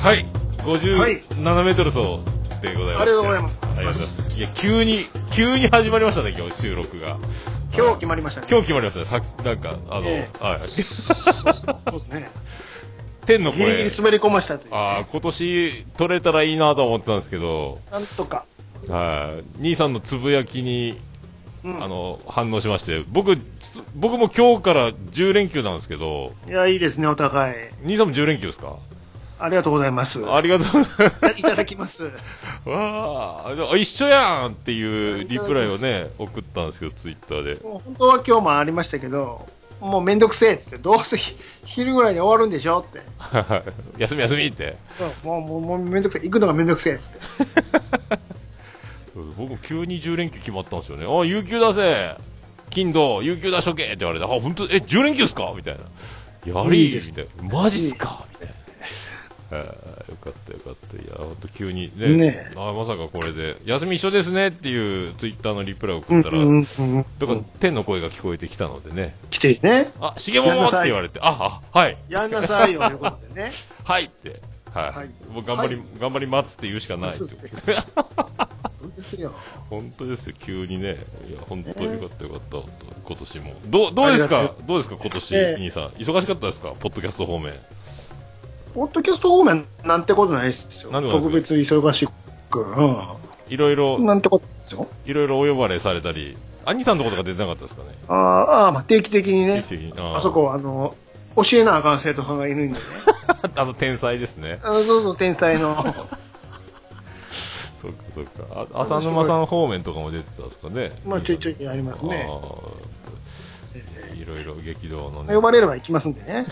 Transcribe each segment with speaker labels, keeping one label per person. Speaker 1: はい、57
Speaker 2: はい
Speaker 1: メートル走でございます。
Speaker 2: ありがとうございます
Speaker 1: ありがとうございます。いや、急に、急に始まりましたね、今日収録が。
Speaker 2: 今日決まりましたね。
Speaker 1: 今日決まりましたね、さなんか、あの、
Speaker 2: え
Speaker 1: はい。
Speaker 2: そうですね。
Speaker 1: 天の
Speaker 2: ギリギ
Speaker 1: 声
Speaker 2: リ。滑り込ましたという。
Speaker 1: ああ、今年取れたらいいなと思ってたんですけど、
Speaker 2: なんとか。
Speaker 1: はい。兄さんのつぶやきに、
Speaker 2: うん
Speaker 1: あの、反応しまして、僕、つ僕も今日から10連休なんですけど、
Speaker 2: いや、いいですね、お互い。
Speaker 1: 兄さんも10連休ですか
Speaker 2: ありがとうございます。
Speaker 1: ありがとうございます。
Speaker 2: いただきます。
Speaker 1: わああ、一緒やんっていうリプライをね、送ったんですけど、ツイッターで。
Speaker 2: もう本当は今日もありましたけど、もうめんどくせえっつって、どうせひ昼ぐらいに終わるんでしょって。
Speaker 1: 休み休みって。
Speaker 2: うんもう、もう、もうめんどくせえ。行くのがめんどくせえっつって。
Speaker 1: 僕も急に10連休決まったんですよね。あ、有給出せ金土、有給出しとけって言われて、あ、本当え、10連休ですかみたいな。や
Speaker 2: いい
Speaker 1: り
Speaker 2: で
Speaker 1: み
Speaker 2: す
Speaker 1: たいな。マジっすかみたいな。えーよかったよかった。いや、ほんと急にね。
Speaker 2: ねえ
Speaker 1: あまさかこれで、休み一緒ですねっていうツイッターのリプライを送ったら、
Speaker 2: うんうん。
Speaker 1: だから天の声が聞こえてきたのでね。
Speaker 2: 来てね。
Speaker 1: あ、しげももって言われて、あ、あ、はい、
Speaker 2: やんなさいよ、ということでね。
Speaker 1: はいって。はい。
Speaker 2: はい
Speaker 1: もう頑張り、
Speaker 2: はい
Speaker 1: 頑張り待つって言うしかないってことです ね。
Speaker 2: どうですよ。
Speaker 1: 本当ですよ、急にね、いや、本当よかったよかった、今年も。どう、どうです
Speaker 2: あり
Speaker 1: か
Speaker 2: が、
Speaker 1: どうですか、今年、
Speaker 2: ええ
Speaker 1: 兄さん、忙しかったですか、ポッドキャスト方面。
Speaker 2: ポッドキャスト方面なんてことないですよ。
Speaker 1: なんでもない
Speaker 2: 特
Speaker 1: です
Speaker 2: 別忙しく。う
Speaker 1: いろい
Speaker 2: ん。
Speaker 1: ろ、
Speaker 2: なんてことないですよ。
Speaker 1: いろいろお呼ばれされたり、兄さんのことが出てなかったですかね。
Speaker 2: あーあー、まあ定期的に
Speaker 1: 定。
Speaker 2: ね
Speaker 1: 期的に
Speaker 2: あ
Speaker 1: あー
Speaker 2: そこは、あの、教えなあかん生徒さんがいるんでね。
Speaker 1: あの天才ですね。
Speaker 2: あのそうそう、天 才の。
Speaker 1: そっか、そっか、あ浅沼さん方面とかも出てたんですかね。
Speaker 2: まあ、ちょいちょいありますね
Speaker 1: あ。ーいろいろ激動のね。
Speaker 2: 呼ばれれば行きますんでね。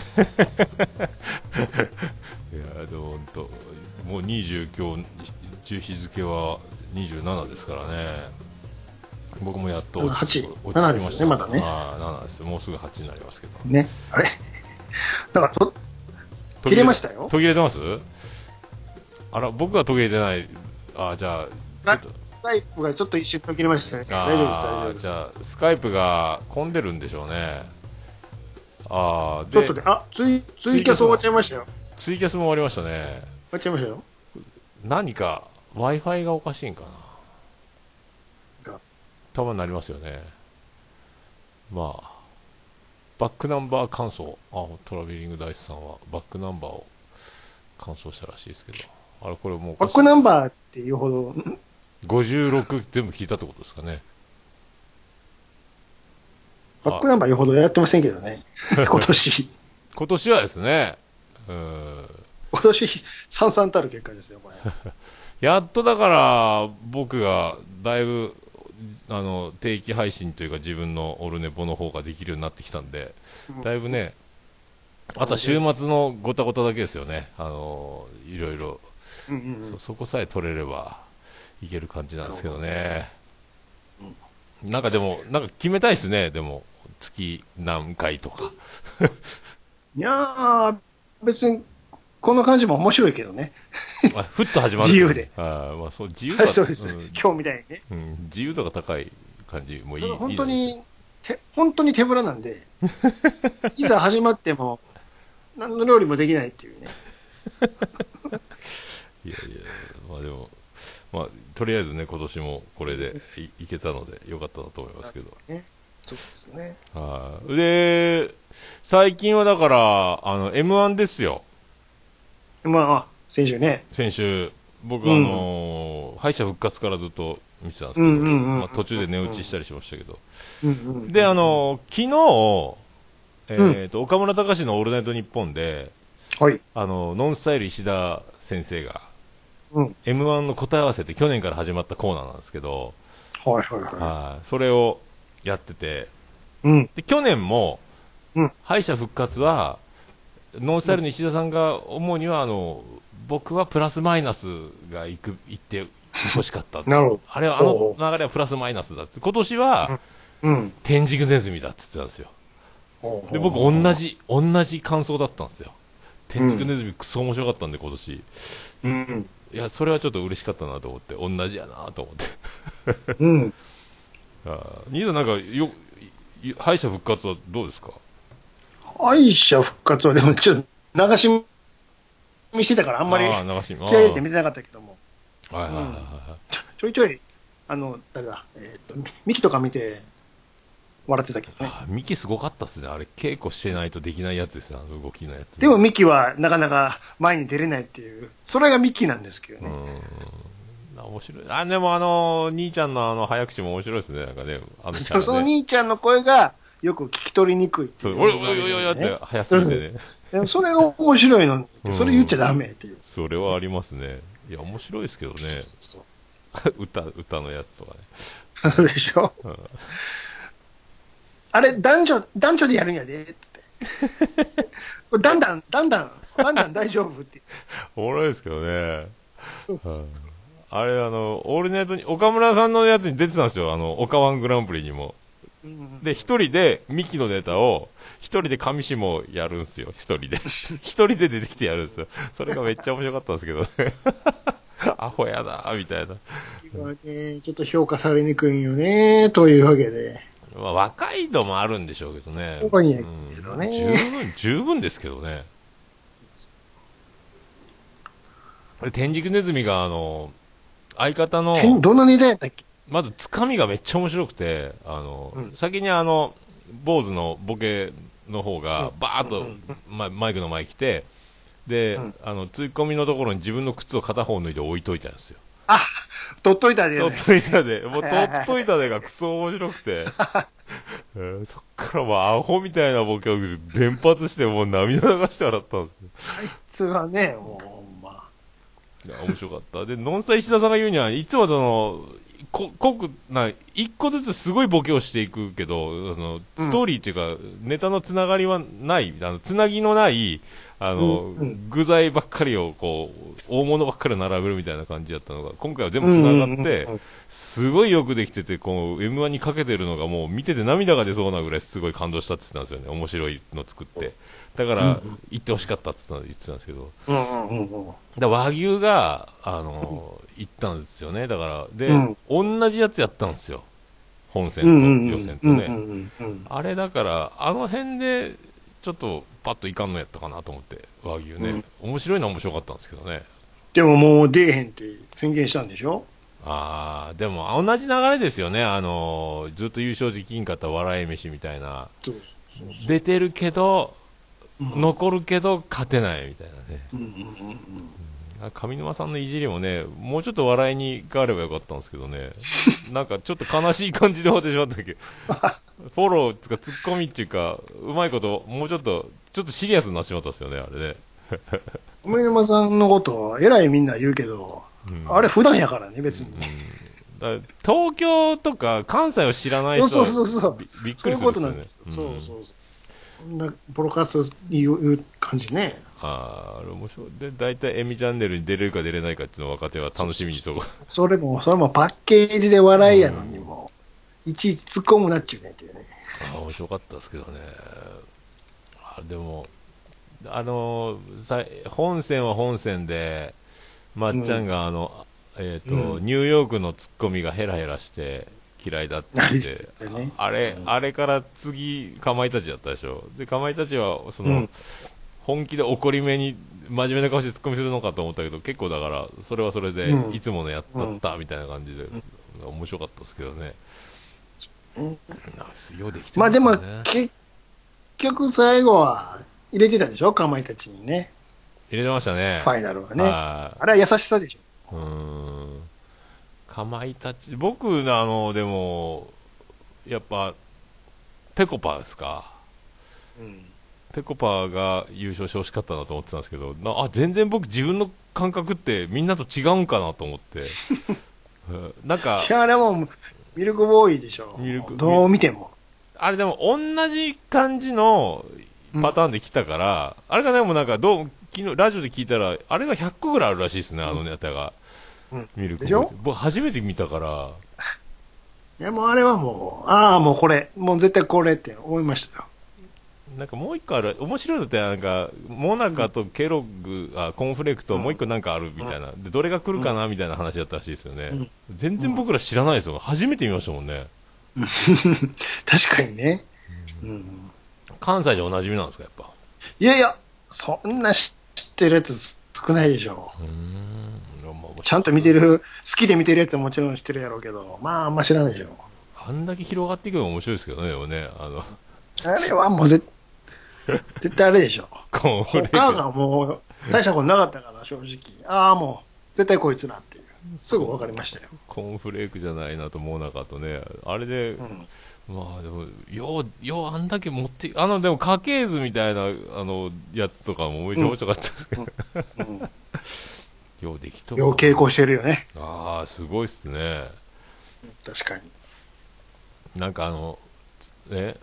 Speaker 1: いやでも本当もう20今日中日付は27ですからね僕もやっと落ち
Speaker 2: 7 8
Speaker 1: 落ち着き
Speaker 2: 7
Speaker 1: ま
Speaker 2: で
Speaker 1: し
Speaker 2: す
Speaker 1: た
Speaker 2: よねまだね
Speaker 1: あ7ですもうすぐ8になりますけど
Speaker 2: ね。あれだからと、
Speaker 1: 途
Speaker 2: 切れましたよ
Speaker 1: 途切れてますあら僕は途切れてないあじゃあ
Speaker 2: な
Speaker 1: ちょっと
Speaker 2: スカイプがちょっと一瞬途切れましたね。大丈夫です、大丈
Speaker 1: あ
Speaker 2: 夫
Speaker 1: ー
Speaker 2: です。
Speaker 1: じゃあスカイプが混んでるんでしょうねああ
Speaker 2: ちょっとで、あ、ツイ、ツイキャス終わっちゃいましたよ。
Speaker 1: ツイキャスも終わりましたね
Speaker 2: 終わっちゃいましたよ。
Speaker 1: 何か w i f i がおかしいんかな
Speaker 2: が
Speaker 1: 多分なりますよねまあバックナンバー感想あトラベリングダイスさんはバックナンバーを完走したらしいですけどあれこれもうおか
Speaker 2: バ
Speaker 1: し
Speaker 2: ッ
Speaker 1: い
Speaker 2: クナンバーっていうほど、ん
Speaker 1: 56全部聞いたってことですかね
Speaker 2: バックナンバーよほどやってませんけど ね。今年、
Speaker 1: 今年はですねうーん
Speaker 2: 今年、さんさんたる結果で すよ、これ。
Speaker 1: やっとだから僕がだいぶあの定期配信というか自分のオルネポの方ができるようになってきたんで
Speaker 2: うん
Speaker 1: だいぶねあとは週末のごたごただけですよねあのいろいろ
Speaker 2: うんうんうん
Speaker 1: そそこさえ取れればいける感じなんですけどねなんかでもなんか決めたいですねでも月何回と か
Speaker 2: いやー、別に、この感じも面白いけどね。
Speaker 1: あふっと始まる
Speaker 2: 自由で
Speaker 1: あー、まあ、そう自由
Speaker 2: は
Speaker 1: が
Speaker 2: い、 そうです、
Speaker 1: うん
Speaker 2: 今日みたいにね。
Speaker 1: うん自由度が高い感じもいいいい
Speaker 2: 本当
Speaker 1: ですよ
Speaker 2: に、て本当に手ぶらな んで、いざ始まっても、何の料理もできないってい うね。
Speaker 1: いやいや、まあでも、まあ、とりあえずね、今年もこれでいいけたので、よかったなと思いますけど。
Speaker 2: そうですね。
Speaker 1: はい。で、最近はだから、あの、M1 ですよ。
Speaker 2: まあ、先週ね。
Speaker 1: 先週、僕、
Speaker 2: うん
Speaker 1: あのー敗者復活からずっと見てたんですけど、
Speaker 2: うんうんうん
Speaker 1: まあ、途中で寝落ちしたりしましたけど。
Speaker 2: うんうん。
Speaker 1: で、あのー昨日、えっ、と、岡村隆史のオールナイトニッポンで、
Speaker 2: はい。
Speaker 1: あの、ノンスタイル石田先生が、
Speaker 2: うん。
Speaker 1: M1 の答え合わせって去年から始まったコーナーなんですけど、
Speaker 2: はいはいは
Speaker 1: はい、それをやってて、
Speaker 2: い。うん。
Speaker 1: で去年も、
Speaker 2: うん
Speaker 1: 敗者復活は、ノンスタイルの石田さんが思うには、あの僕はプラスマイナスがいくいってほしかったって
Speaker 2: なるほど。
Speaker 1: あれはあの流れはプラスマイナスだって、今年は
Speaker 2: うん。
Speaker 1: 天竺ネズミだっつってたんですよ、で僕、
Speaker 2: 女
Speaker 1: 同じ同じ感想だったんですよ、天竺ネズミ、クソ面白かったんで、今年い
Speaker 2: うん。
Speaker 1: や、それはちょっと嬉しかったなと思って、同じやなと思って。
Speaker 2: うん。
Speaker 1: あー兄さん、なんかよ、い敗者復活はどうですか
Speaker 2: 敗者復活は、でもちょっと流し見してたから、あんまり
Speaker 1: あー流し見あ
Speaker 2: 気合い入れて
Speaker 1: ー
Speaker 2: 見てなかったけども、
Speaker 1: はいはいはいは
Speaker 2: ちょいちょい、あの、誰だ、えーっと、ミミキとか見て、笑ってたけど
Speaker 1: い
Speaker 2: ね。
Speaker 1: あーミキすごかったっすねあれ稽古してないとできないやつですねあの動きのやつ
Speaker 2: でもミキはなかなか前に出れないっていう、それがミキなんですけど
Speaker 1: う
Speaker 2: ね。
Speaker 1: ん面白いあでもあの兄ちゃんのあの早口も面白いですねなんかねあのキャラ
Speaker 2: そ
Speaker 1: ね
Speaker 2: その兄ちゃんの声がよく聞き取りにくいって
Speaker 1: そ
Speaker 2: いうう。
Speaker 1: 俺おいおいおいおいって早すぎてね
Speaker 2: でもそれが面白いのに
Speaker 1: うん
Speaker 2: それ言っちゃダメっていう。
Speaker 1: それはありますねいや面白いですけどね 歌歌のやつとかね
Speaker 2: そうでしょ、
Speaker 1: うん
Speaker 2: あれ、男女、男女でやるんやで、つって。これだんだん、だんだん、だんだん大丈夫って。
Speaker 1: おもろいですけどね、うんあれあのオールナイトに岡村さんのやつに出てたんですよあの岡ワングランプリにも
Speaker 2: うん
Speaker 1: で、一人でミキのネタを、一人で上下をやるんですよ、一人 で。一人で出てきてやるんですよ。それがめっちゃ面白かったんですけどね。 アホやな、みたいな。
Speaker 2: はね、ちょっと評価されにくいんよね、というわけで。
Speaker 1: まあ、若いのもあるんでしょうけどね。
Speaker 2: そうなんや
Speaker 1: うん
Speaker 2: け
Speaker 1: 十
Speaker 2: どね
Speaker 1: 分、十分ですけどね。あれ天竺ネズミが、あの、相方の、
Speaker 2: てんどんなネタやったっけ
Speaker 1: まずつかみがめっちゃ面白くて、あの、
Speaker 2: うん
Speaker 1: 先にあの、坊主のボケの方が
Speaker 2: う、ん
Speaker 1: バーっと、
Speaker 2: うん
Speaker 1: ま、マイクの前来て、で、
Speaker 2: うん
Speaker 1: あの、ツッコミのところに自分の靴を片方脱いで置いといたんですよ。
Speaker 2: あ、取っといたで、
Speaker 1: 取
Speaker 2: ね
Speaker 1: っ。といたで、もう
Speaker 2: は
Speaker 1: 取
Speaker 2: いはいはい
Speaker 1: っといたでがクソ面白くて、 えーそっからもうアホみたいなボケを連発して、もう涙流して笑ったんですよ
Speaker 2: あいつはね、もう、ほんま。
Speaker 1: いや面白かった。で、ノンスタ石田さんが言うには、いつもその、こ濃くな、一個ずつすごいボケをしていくけど、あの、ストーリーっていうか、ネタのつながりはない、あの、つなぎのない、あの、
Speaker 2: うんうん
Speaker 1: 具材ばっかりを、こう、大物ばっかりを並べるみたいな感じだったのが、今回は全部つながって、
Speaker 2: うんうんうん
Speaker 1: すごいよくできてて、こう、M1 にかけてるのがもう見てて涙が出そうなぐらいすごい感動したって言ってたんですよね。面白いの作って。だから、行ってほしかったって言ってたんですけど。
Speaker 2: うんうんうんうん。
Speaker 1: だ和牛が、あのー行ったんですよね。だから、で、同じやつやったんですよ。本戦と
Speaker 2: うんうんうん
Speaker 1: 予選とね。
Speaker 2: うんうんうん
Speaker 1: あれだから、あの辺で、ちょっと、パッといかんのやったかなと思って、和牛ね。面白いのは面白かったんですけどね。
Speaker 2: でももう出えへんって宣言したんでしょ
Speaker 1: あー、でも、同じ流れですよね。あのーずっと優勝できんかった笑い飯みたいな。
Speaker 2: そう。
Speaker 1: 出てるけど、
Speaker 2: うん
Speaker 1: 残るけど、勝てないみたいなね。
Speaker 2: うんうんうんうん
Speaker 1: あ上沼さんのいじりもね、もうちょっと笑いに変わればよかったんですけど ね、なんかちょっと悲しい感じで終わってしまったけど、フォローつか、ツッコミっていうか、うまいこと、もうちょっと、ちょっとシリアスになってしまったですよね、あれね。
Speaker 2: 上沼さんのこと、えらいみんな言うけど、
Speaker 1: うん
Speaker 2: あれ普段やからね、別に。
Speaker 1: だから東京とか関西を知らない人
Speaker 2: そうそうそうそ
Speaker 1: は
Speaker 2: う
Speaker 1: びびっ
Speaker 2: そ
Speaker 1: く
Speaker 2: うい
Speaker 1: りするん
Speaker 2: うこ
Speaker 1: です
Speaker 2: とな
Speaker 1: よ
Speaker 2: ん
Speaker 1: ね
Speaker 2: です。そう
Speaker 1: うん
Speaker 2: そうそう。こんなボロカス言う感じね。
Speaker 1: あーあれ面白いで大体「エミチャンネル」に出れるか出れないかっていうのを若手は楽しみにそこ
Speaker 2: それも、それもパッケージで笑いやのにも、いちいち突っ込むなっちゅうねんっていうね。
Speaker 1: あー面白かったですけどね、あでも、あのーさ本線は本線で、まっちゃんがあの、えーと
Speaker 2: う
Speaker 1: ニューヨークのツッコミがヘラヘラして嫌いだって言って、
Speaker 2: だね
Speaker 1: ああれ、あれから次、かまいたちだったでしょ、でかまいたちはその、
Speaker 2: うん
Speaker 1: 本気で怒り目に、真面目な顔してツッコミするのかと思ったけど、結構だから、それはそれで、
Speaker 2: うん
Speaker 1: いつものやったったみたいな感じで、面白かったですけどね。
Speaker 2: うん
Speaker 1: なんかようできて
Speaker 2: まあでも
Speaker 1: すよね、
Speaker 2: 結局最後は入れてたでしょかまいたちにね。
Speaker 1: 入れてましたね。
Speaker 2: ファイナルはね。あ
Speaker 1: は
Speaker 2: れは優しさでしょ。
Speaker 1: い。うーん。かまいたち、僕のあの、でも、やっぱ、ぺこぱですか。
Speaker 2: うん。
Speaker 1: ぺこぱが優勝してほしかったなと思ってたんですけど、なあ、全然僕自分の感覚ってみんなと違うんかなと思って。 うんなんか
Speaker 2: い、や、あれはもうミルクボーイでしょ。
Speaker 1: ミルク
Speaker 2: どう見ても。
Speaker 1: あれでも同じ感じのパターンで来たから、あれがでもなんかどう、昨日ラジオで聞いたら、あれが100個ぐらいあるらしいですね、あのネタが。
Speaker 2: うん
Speaker 1: ミルク
Speaker 2: でしょ
Speaker 1: 僕初めて見たから、
Speaker 2: いや、もうあれはもう、ああ、もうこれ、もう絶対これって思いましたよ。
Speaker 1: なんかもう一個ある、面白いのって、なんか、モナカとケロッグ、あ、コーンフレークともう一個なんかあるみたいな、で、どれが来るかなみたいな話だったらしいですよね。
Speaker 2: うん
Speaker 1: 全然僕ら知らないですよ。初めて見ましたもんね。
Speaker 2: 確かにね。うん。
Speaker 1: 関西じゃおなじみなんですか、やっぱ。
Speaker 2: いやいや、そんな知ってるやつ少ないでしょ。
Speaker 1: うーんまあ面白い
Speaker 2: ちゃんと見てる、好きで見てるやつはもちろん知ってるやろうけど、まああんま知らないでしょ。
Speaker 1: あんだけ広がっていくのが面白いですけどねでもねあの
Speaker 2: あれはもう 絶絶対あれでしょ。
Speaker 1: これ
Speaker 2: 他がもう大したことなかったから、正直。ああ、もう絶対こいつなっていう。すぐ分かりましたよ。
Speaker 1: コーンフレークじゃないなとモナカとねあれで、
Speaker 2: うん、
Speaker 1: まあでもようようあんだけ持ってあのでも家系図みたいなあのやつとかも面白かったですけど、
Speaker 2: うん、
Speaker 1: ようできとる
Speaker 2: よう傾向してるよね。
Speaker 1: ああすごいっすね
Speaker 2: 確かに。
Speaker 1: なんかあのつえ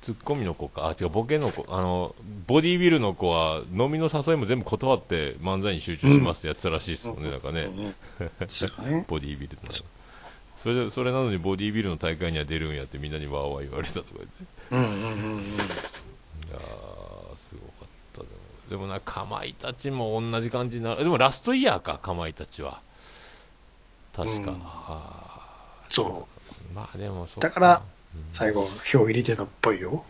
Speaker 1: ツッコミの子かあ違うボケの子あのボディービルの子は飲みの誘いも全部断って漫才に集中しますってやってたらしいですもんね、なんかね、
Speaker 2: うんそうね。
Speaker 1: ボディービルのそれでそれなのにボディービルの大会には出るんやってみんなにわーわー言われたとか言って
Speaker 2: うんうんうんう
Speaker 1: い
Speaker 2: ん。
Speaker 1: やーすごかったでもでもなかまいたちも同じ感じになるでもラストイヤーかかまいたちは確か、
Speaker 2: うん
Speaker 1: あ
Speaker 2: そ
Speaker 1: ーまあでもそう
Speaker 2: う。だから、最後、票入れてたっぽいよ。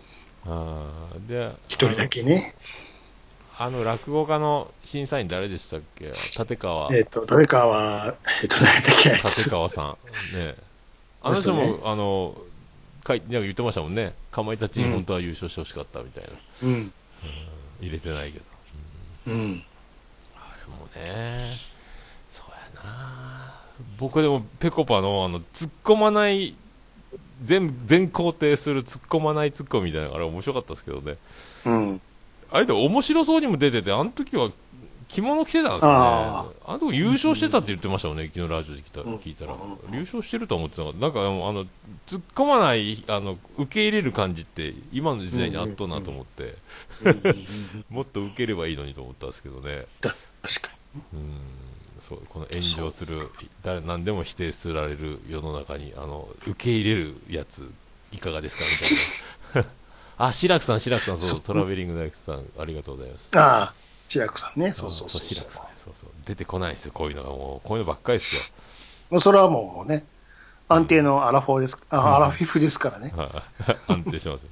Speaker 1: あーで
Speaker 2: 一人だけね。
Speaker 1: あの落語家の審査員誰でしたっけ立川
Speaker 2: えっ、と、誰かは、えっ、と、誰だっけあい
Speaker 1: 立
Speaker 2: つ。
Speaker 1: 川さんねあの人も、あのかいなんか言ってましたもんねかまいたちに本当は優勝してほしかったみたいな、
Speaker 2: うん。
Speaker 1: 入れてないけど
Speaker 2: うん。
Speaker 1: あれもねそうやな僕でもぺこぱのあの突っ込まない全全肯定する突っ込まない突っ込みみたいなのがあれ面白かったですけどね
Speaker 2: うん。
Speaker 1: あれで面白そうにも出ててあの時は着物着てたんですよねあ
Speaker 2: あ
Speaker 1: の時優勝してたって言ってましたもんね昨日ラジオで聞いた,、
Speaker 2: うん
Speaker 1: 聞いたら
Speaker 2: うん
Speaker 1: 優勝してるとは思ってなかったなんかあのあの突っ込まないあの受け入れる感じって今の時代にあったなと思って、
Speaker 2: うん確
Speaker 1: もっと受ければいいのにと思ったんですけどね
Speaker 2: か
Speaker 1: うんそうこの炎上する誰何でも否定すられる世の中にあの受け入れるやついかがですかみたいな あ白くさん白くさんそうトラベリングダイクさんありがとうございます
Speaker 2: に。ああ、白くさんね。そうそうそう。
Speaker 1: 白くさんそうそう出てこないんですよこういうのがもうこういうのばっかり ですよ
Speaker 2: もうそれはもうね、安定のアラフォーです、あ
Speaker 1: うん
Speaker 2: アラフィフですからね。
Speaker 1: はい安定してますよ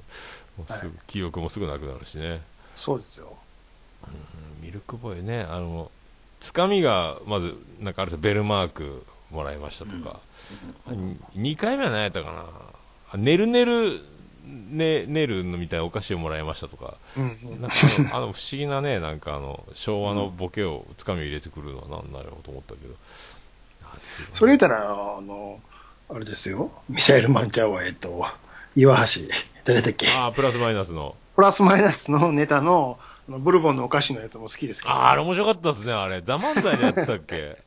Speaker 1: もうすぐ記憶もすぐなくなるしね、
Speaker 2: そうですよ。
Speaker 1: ミルクボーイねあのつかみがまずなんかあれですよベルマークもらいましたとか、2回目は何やったかなあねるねるねねるのみたいなお菓子をもらいましたとか
Speaker 2: うん
Speaker 1: なんかあのあの不思議なねなんかあの昭和のボケをつかみを入れてくるのは何だろうと思ったけどあすごい
Speaker 2: それ言ったら、あの、あれですよ、ミサイルマンちゃうわ、えっと、岩橋、誰だっけ、
Speaker 1: あープラスマイナスの
Speaker 2: プラスマイナスのネタの、あのブルボンのお菓子のやつも好きですけど、
Speaker 1: あーあれ面白かったですねあれ「ザ漫才でやってたっけ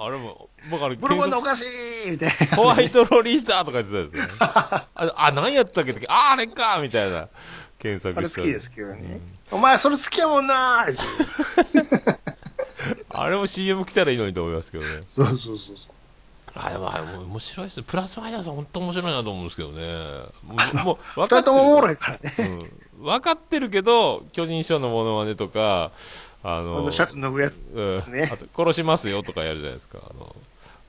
Speaker 1: あれも僕あれ
Speaker 2: ブルボンのお菓子みたいな。
Speaker 1: ホワイトロリーターとか言ってたですね。あ、あ何やったっけってあ、あれかみたいな。検
Speaker 2: あ
Speaker 1: 索
Speaker 2: れ
Speaker 1: し
Speaker 2: 好
Speaker 1: た
Speaker 2: きですけどね。お前、それ好きやもんなー
Speaker 1: あれも CM 来たらいいのにと思いますけどね。
Speaker 2: そうそうそうそう。
Speaker 1: あ、でもあれも面白いですね。プラスマイナス本当面白いなと思うんですけど ね。もう、もう分
Speaker 2: 二人ともおもろいからね。
Speaker 1: うん分かってるけど、巨人師匠のモノマネとか、あ
Speaker 2: あ
Speaker 1: の、
Speaker 2: のシャツ脱ぐやつ。
Speaker 1: うん
Speaker 2: すね
Speaker 1: あと、殺しますよとかやるじゃないですか。あの、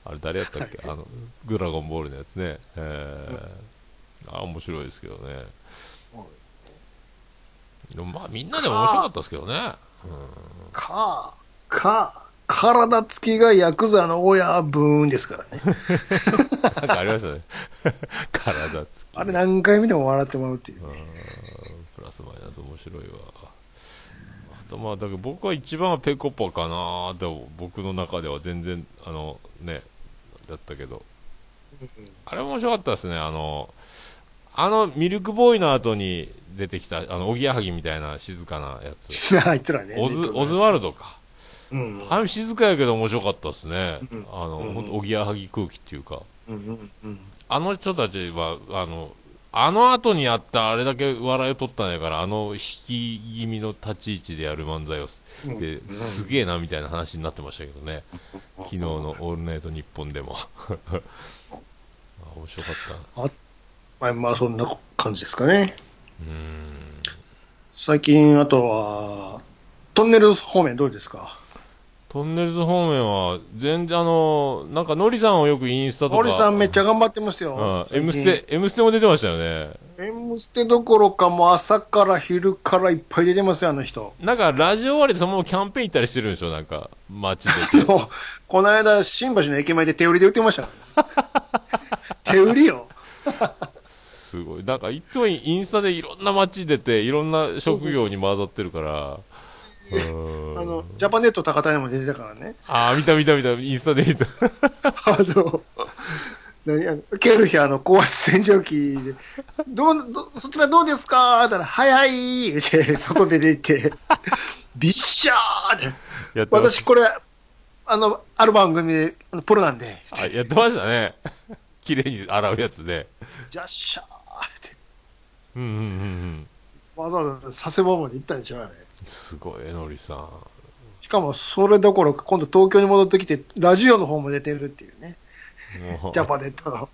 Speaker 1: あれ誰やったっけあの、ドラゴンボールのやつね。えー、あ、面白いですけどね。でもまあみんなでも面白かったですけどね。
Speaker 2: か、か、体つきがヤクザの親分ですからね。
Speaker 1: なんかありましたね。 体つき。
Speaker 2: あれ何回見ても笑ってもらうっていう
Speaker 1: う
Speaker 2: ね。
Speaker 1: んプラスマイナス面白いわ。あとまあ、だけど僕は一番はペコパかなと僕の中では全然、あのね、だったけど。あれ面白かったですね。あの、あのミルクボーイの後に出てきた、あの、おぎやはぎみたいな静かなやつ。
Speaker 2: あいつらね。
Speaker 1: オズ
Speaker 2: ネットで
Speaker 1: オズワルドか。
Speaker 2: うん。
Speaker 1: あれ静かやけど面白かったですね。
Speaker 2: うん
Speaker 1: あの、
Speaker 2: うん
Speaker 1: ほんとおぎやはぎ空気っていうか。
Speaker 2: うんうんうん。
Speaker 1: あの人たちは、あの、あの後にやったあれだけ笑いを取ったんやから、あの引き気味の立ち位置でやる漫才をす、
Speaker 2: うん
Speaker 1: で
Speaker 2: うん
Speaker 1: すげえなみたいな話になってましたけどね。昨日のオールナイトニッポンでも。 あ面白かった。う
Speaker 2: まあ、まあ、そんな感じですかね。
Speaker 1: ーん。
Speaker 2: 最近、あとは、トンネル方面どうですか
Speaker 1: トンネルズ方面は、全然、あの、なんか、ノリさんをよくインスタとか。
Speaker 2: 森さんめっち
Speaker 1: ゃ。
Speaker 2: ゃ頑張ってます
Speaker 1: う
Speaker 2: よ
Speaker 1: ん。。M ステ、M ステも出てましたよね。
Speaker 2: エムステどころかもう朝から昼からいっぱい出てますよ、あの人。
Speaker 1: なんか、ラジオ終わりでそのままキャンペーン行ったりしてるんでしょ、なんか、街で。
Speaker 2: もうこの間、新橋の駅前で手売りで売ってまし たから。手売りよ。
Speaker 1: すごい。なんか、いつもインスタでいろんな街出て、いろんな職業に混ざってるから。う
Speaker 2: あ
Speaker 1: ん
Speaker 2: の、ジャパネット高田にも出てたからね。
Speaker 1: あー、見た見た見た、インスタで見た。
Speaker 2: あの、何あのケルヒャーの高圧洗浄機で、どう、どそちらどうですかって言ったら、はいはい 言って、外で出て、びっしゃーって。
Speaker 1: やってまし
Speaker 2: 私これ、あの、ある番組で、あのプロなんで、
Speaker 1: た。あやってましたね。綺麗に洗うやつで。
Speaker 2: じゃっしゃーって、
Speaker 1: うんうんうんうん。
Speaker 2: わざわざ佐世保まで行ったんでしょ、あれ。
Speaker 1: すごい、えのりさん。
Speaker 2: しかも、それどころか、今度東京に戻ってきて、ラジオの方も出てるっていうね、
Speaker 1: もう
Speaker 2: ジャパネットの。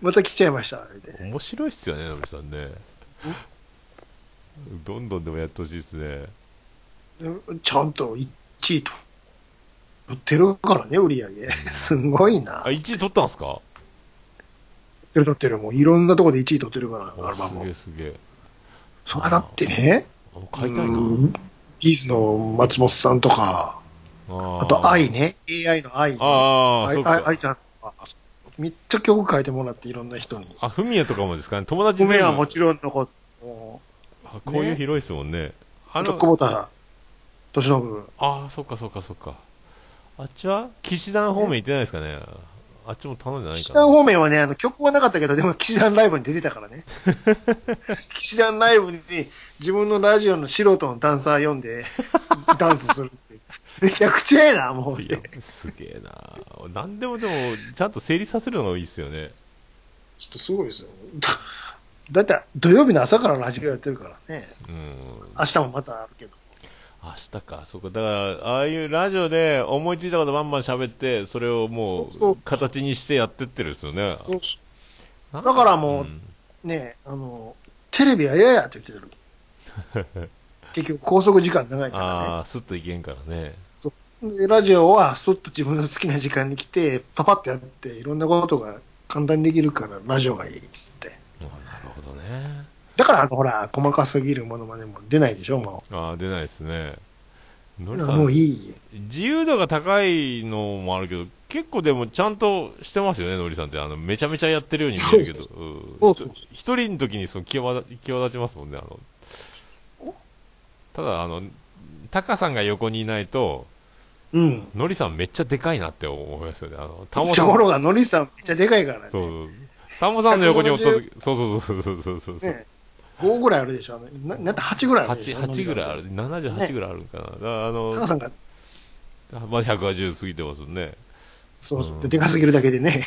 Speaker 2: また来ちゃいました、みたいな。
Speaker 1: 面白いっすよね、のりさん ね。どんどんでもやってほしいっすね。
Speaker 2: ちゃんと1位と。売ってるからね、売り上げ。 すごいな
Speaker 1: あ、。1位取ったんすか
Speaker 2: 売ってる、もういろんなとこで1位取ってるから、ア
Speaker 1: あ
Speaker 2: ルバ
Speaker 1: す
Speaker 2: ム
Speaker 1: げ
Speaker 2: を
Speaker 1: え。すげえ。
Speaker 2: それだってね、
Speaker 1: あ買いたいな。
Speaker 2: うんビーズの松本さんとか、
Speaker 1: あ
Speaker 2: あと AI ね、AI の AI ね。
Speaker 1: ああ、
Speaker 2: あ
Speaker 1: そっ
Speaker 2: い
Speaker 1: か。
Speaker 2: あいちゃんあめっちゃ曲書いてもらって、いろんな人に。
Speaker 1: あ、フミヤとかもですかね。友達
Speaker 2: 梅
Speaker 1: 全
Speaker 2: は
Speaker 1: 部
Speaker 2: もちろんのこと、
Speaker 1: あこういう広いですもんね。あ
Speaker 2: あと
Speaker 1: の、
Speaker 2: 久保田敏信、
Speaker 1: ああ、そっかそっかそっか。あっちは岸田方面行ってないですかね。あっちも頼んでない
Speaker 2: 岸
Speaker 1: か
Speaker 2: 田
Speaker 1: な。
Speaker 2: 方面はね、あの曲はなかったけど、でも岸田ライブに出て たからね。岸田ライブに自分のラジオの素人のダンサー呼んで、ダンスするっていう。めちゃくちゃええな、もう。
Speaker 1: いや、すげえな。なんでもでも、ちゃんと成立させるのがいいっすよね。
Speaker 2: ちょっとすごいですよ。だだって土曜日の朝からラジオやってるからね。
Speaker 1: うん。
Speaker 2: 明日もまたあるけど。
Speaker 1: 明日か、そうか、だから、ああいうラジオで思いついたことバンバン喋って、それをも
Speaker 2: そう
Speaker 1: う、形にしてやってってるんですよね。だ
Speaker 2: だからもうねえ、あの、テレビは嫌やって言ってる。 結局拘束時間長
Speaker 1: あ
Speaker 2: いか
Speaker 1: あ、すっといけんからね。
Speaker 2: らね。でラジオはそっと自分の好きな時間に来て、パパってやって、いろんなことが簡単にできるから、ラジオがいいっつって。
Speaker 1: あなるほどね。
Speaker 2: だから、あの、ほら、細かすぎるものまでも出ないでしょ、も
Speaker 1: ああ、出ないですね。の
Speaker 2: う。
Speaker 1: りさ、
Speaker 2: もうんいい。
Speaker 1: 自由度が高いのもあるけど、結構でもちゃんとしてますよね、のりさんって。あの、めちゃめちゃやってるように見えるけど。うん
Speaker 2: そうそう
Speaker 1: ひと一人の時にその際立際立ちますもんね、あの。ただ、あの、タカさんが横にいないと、
Speaker 2: うん。
Speaker 1: のりさんめっちゃでかいなって思いますよね。あの、タ
Speaker 2: と
Speaker 1: モさん。
Speaker 2: ころが、のりさんめっちゃでかいからね。
Speaker 1: そうそう。タモさんの横におった時、そうそうそうそうそうそう。
Speaker 2: ね5ぐらいあるでしょ。あのななんて8ぐらいあるでし
Speaker 1: 八
Speaker 2: ょ。
Speaker 1: 八ぐらいあ
Speaker 2: のり
Speaker 1: る。78ぐらいあるんかな。だからあ
Speaker 2: さん。高さ
Speaker 1: の、
Speaker 2: んが、
Speaker 1: まあ180過ぎてますよ ね。
Speaker 2: そうそうう、
Speaker 1: ん
Speaker 2: ででかすぎるだけでね、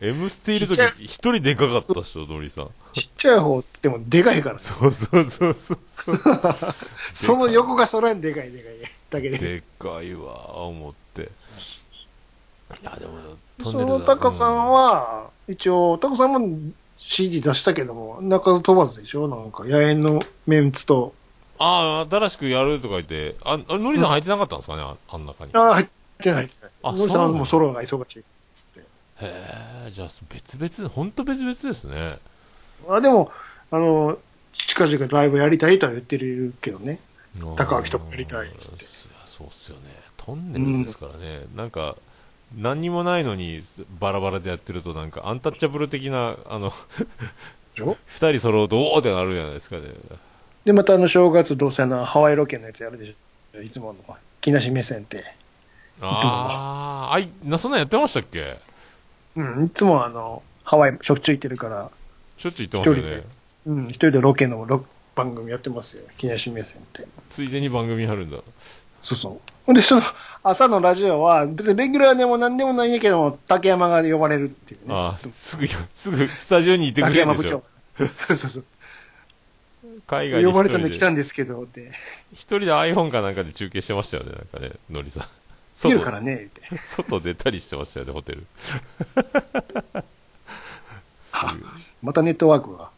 Speaker 1: M ステいる時
Speaker 2: ちっちゃ
Speaker 1: 一人でかかったっしょ、のり さん。
Speaker 2: ちっちゃい方っつってもでかいから、
Speaker 1: そうそうそうそうそう。
Speaker 2: その横がそらんでかいでかいだけで。
Speaker 1: でっかいわ、思って。いや、でも、トン
Speaker 2: そ
Speaker 1: ネルだ
Speaker 2: の高さん、は、一応、高さんも CD 出したけども、中飛ばずでしょなんか、野猿のメンツと。
Speaker 1: うんああ、新しくやるとか言って、あ、あのりさん入ってなかったんですかね、ああん中に。
Speaker 2: あ、入ってない、入ってな
Speaker 1: あ
Speaker 2: い。のりさん
Speaker 1: そうな
Speaker 2: は
Speaker 1: ん
Speaker 2: もう
Speaker 1: だ
Speaker 2: ソロが忙しいっつって。
Speaker 1: へえ、じゃあ別々、本当別々ですね。
Speaker 2: あでも、あの、近々ライブやりたいとは言ってるけどね。高脇とやりたいっつって
Speaker 1: そそうっすよね。トンネルですからね。なんか、何にもないのにバラバラでやってると、なんかアンタッチャブル的な、あの、
Speaker 2: でしょ
Speaker 1: 二人揃うと、おおってなるじゃないですかね。
Speaker 2: で、またあの、正月どうせあの、ハワイロケのやつやるでしょいつもの、木梨目線って。
Speaker 1: ああ、あい、な、そんなんやってましたっけ
Speaker 2: うん、いつもあの、ハワイしょっちゅう行ってるから、
Speaker 1: しょっちゅう言ってました
Speaker 2: 一
Speaker 1: よ
Speaker 2: 人で
Speaker 1: ね。
Speaker 2: うん、一人でロケのロ番組やってますよ。木梨目線って。
Speaker 1: ついでに番組あるんだ。
Speaker 2: そうそう。ほんで、その、朝のラジオは、別にレギュラーでも何でもないんやけども、竹山が呼ばれるっていうね。
Speaker 1: ああ、すぐ、すぐスタジオにいてく
Speaker 2: 竹
Speaker 1: れる
Speaker 2: 山
Speaker 1: ん
Speaker 2: 部
Speaker 1: でしょ
Speaker 2: 長。。そうそ うそう。
Speaker 1: 海外に一人
Speaker 2: 呼ばれたんで来た
Speaker 1: で。
Speaker 2: んですけど、って。
Speaker 1: 一人で iPhone かなんかで中継してましたよね、なんかね、のりさん。
Speaker 2: 見るからね、って。
Speaker 1: 外出たりしてましたよね、ホテ ル。すごい
Speaker 2: またネットワークが。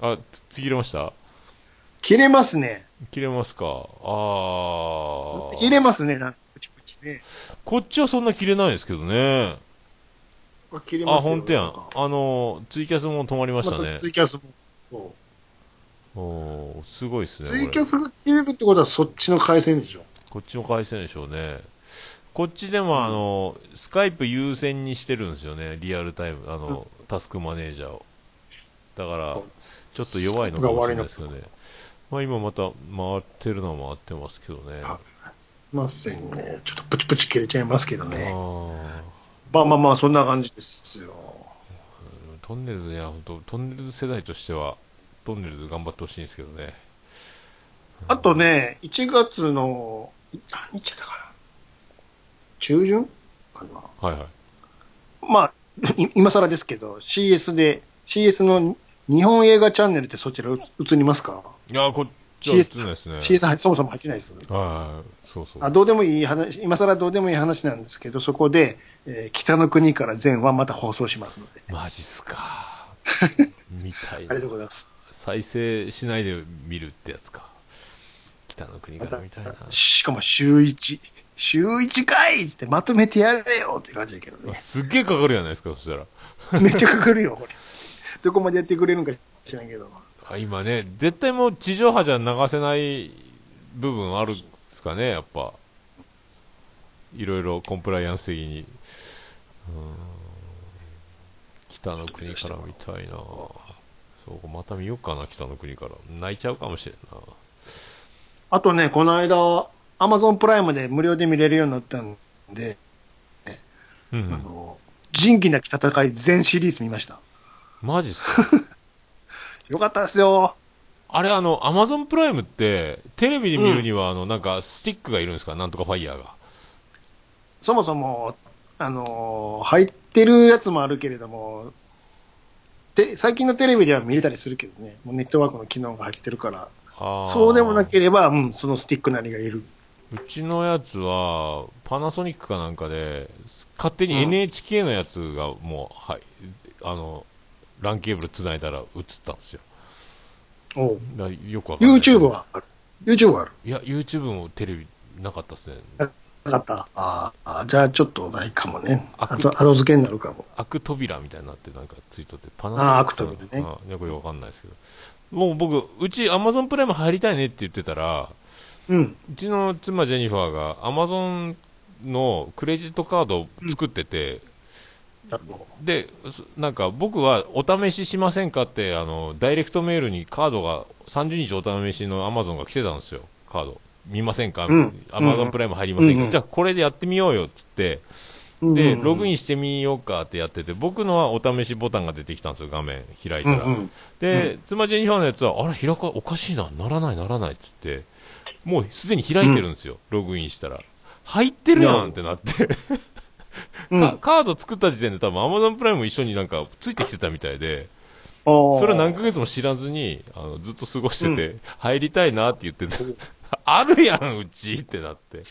Speaker 1: あ、つちぎれました
Speaker 2: 切れますね。
Speaker 1: 切れますか。ああ。
Speaker 2: 切れますね、なんか、プチプチね。
Speaker 1: こっちはそんな切れないですけどね。
Speaker 2: あ切れますよ
Speaker 1: あ、本当や
Speaker 2: なん
Speaker 1: ん
Speaker 2: か。
Speaker 1: あの、ツイキャスも止まりました
Speaker 2: ま
Speaker 1: ね
Speaker 2: た。ツイキャスも。そ
Speaker 1: おーすごいです
Speaker 2: う
Speaker 1: ね。
Speaker 2: ツイ
Speaker 1: こ
Speaker 2: キ
Speaker 1: れ
Speaker 2: ャスが切れるってことはそっちの回線でしょ。
Speaker 1: こっちの回線でしょうね。こっちでも、あの、スカイプ優先にしてるんですよね。リアルタイム、あの、タスクマネージャーを。だから、ちょっと弱いのかもしれないですけどね。まあ今また回ってるのは回ってますけどね。
Speaker 2: あませんね。ちょっとプチプチ切れちゃいますけど
Speaker 1: あ
Speaker 2: ね。
Speaker 1: ー
Speaker 2: まあまあまあ、そんな感じですよ。
Speaker 1: トンネルズいや本当トンネルズ世代としてはトンネルズ頑張ってほしいんですけどね
Speaker 2: あとね、1月の、何日だかな。中旬かな。
Speaker 1: はいはい
Speaker 2: まあ、い今更ですけど、CS で、CS の日本映画チャンネルってそちらう映りますか、
Speaker 1: いやこっちは映んないですね
Speaker 2: ?CS はそもそも入ってないです。
Speaker 1: はいはいそうそう
Speaker 2: あどうでもいい話、今更どうでもいい話なんですけど、そこで、えー北の国から全話また放送しますので。
Speaker 1: マジっす かみたいな
Speaker 2: ありがとうございます。
Speaker 1: 再生しないで見るってやつか北の国からみたいな
Speaker 2: しかも週1。週1かいっつってまとめてやれよって感じだけどね。
Speaker 1: すっげえかかるじゃないですかそしたら
Speaker 2: めっちゃかかるよ、これ。どこまでやってくれるのか知らんけど。
Speaker 1: あ今ね絶対もう地上波じゃ流せない部分あるっすかねやっぱいろいろコンプライアンス的にうーん北の国からみたいなそうまた見ようかな北の国から泣いちゃうかもしれんな
Speaker 2: あとね、この間、アマゾンプライムで無料で見れるようになったんで、
Speaker 1: うん、う
Speaker 2: あ
Speaker 1: ん、
Speaker 2: の、仁義なき戦い全シリーズ見ました。
Speaker 1: マジっすか
Speaker 2: よかったですよ。
Speaker 1: あれあのアマゾンプライムってテレビで見るには、あのなんかスティックがいるんですかなんとかファイヤーが
Speaker 2: そもそも、あのー入ってるやつもあるけれども、で最近のテレビでは見れたりするけどね、もうネットワークの機能が入ってるから、
Speaker 1: あー
Speaker 2: そうでもなければ、うん、そのスティックなりがいる。
Speaker 1: うちのやつは、パナソニックかなんかで、勝手に
Speaker 2: うん
Speaker 1: NHK のやつがもう、はい、あの、ランケーブル繋いだら映ったんですよ。
Speaker 2: おう
Speaker 1: だからよくわかんない。
Speaker 2: YouTube はある。YouTube はある。
Speaker 1: いや、YouTube もテレビなかったですね。
Speaker 2: なかった。あーあー、じゃあちょっとないかもね。
Speaker 1: あ
Speaker 2: あと後付けになるかも。
Speaker 1: 開く扉みたいになって、なんかついとって、パ
Speaker 2: あー
Speaker 1: ナ
Speaker 2: 開
Speaker 1: ソニッ
Speaker 2: く
Speaker 1: ク
Speaker 2: 扉ね
Speaker 1: あーよくわかんないですけど。もう僕、うち Amazon プライム入りたいねって言ってたら、
Speaker 2: うん。
Speaker 1: うちの妻ジェニファーが Amazon のクレジットカードを作ってて、
Speaker 2: あの
Speaker 1: で、すなんか僕はお試ししませんかって、あの、ダイレクトメールにカードが、30日お試しのアマゾンが来てたんですよ、カード。見ませんか
Speaker 2: うん
Speaker 1: アマゾンプライム入りません
Speaker 2: うん
Speaker 1: か、
Speaker 2: うん
Speaker 1: じゃあこれでやってみようよっつって、
Speaker 2: うん
Speaker 1: で、ログインしてみようかってやってて、僕のはお試しボタンが出てきたんですよ、画面開いた
Speaker 2: うん
Speaker 1: ら。
Speaker 2: うん。
Speaker 1: で、妻ジェニファーのやつは、あれ、開か、おかしいな、ならない、ならないっつって、もうすでに開いてるんですよ、ログインしたら。入ってるやんってなって。
Speaker 2: うん、
Speaker 1: かカード作った時点で多分 Amazon プライムも一緒になんかついてきてたみたいで、
Speaker 2: そ
Speaker 1: それを何ヶ月も知らずに、あの、ずっと過ごしてて、入りたいなって言ってた。 あるやん、うちってなって。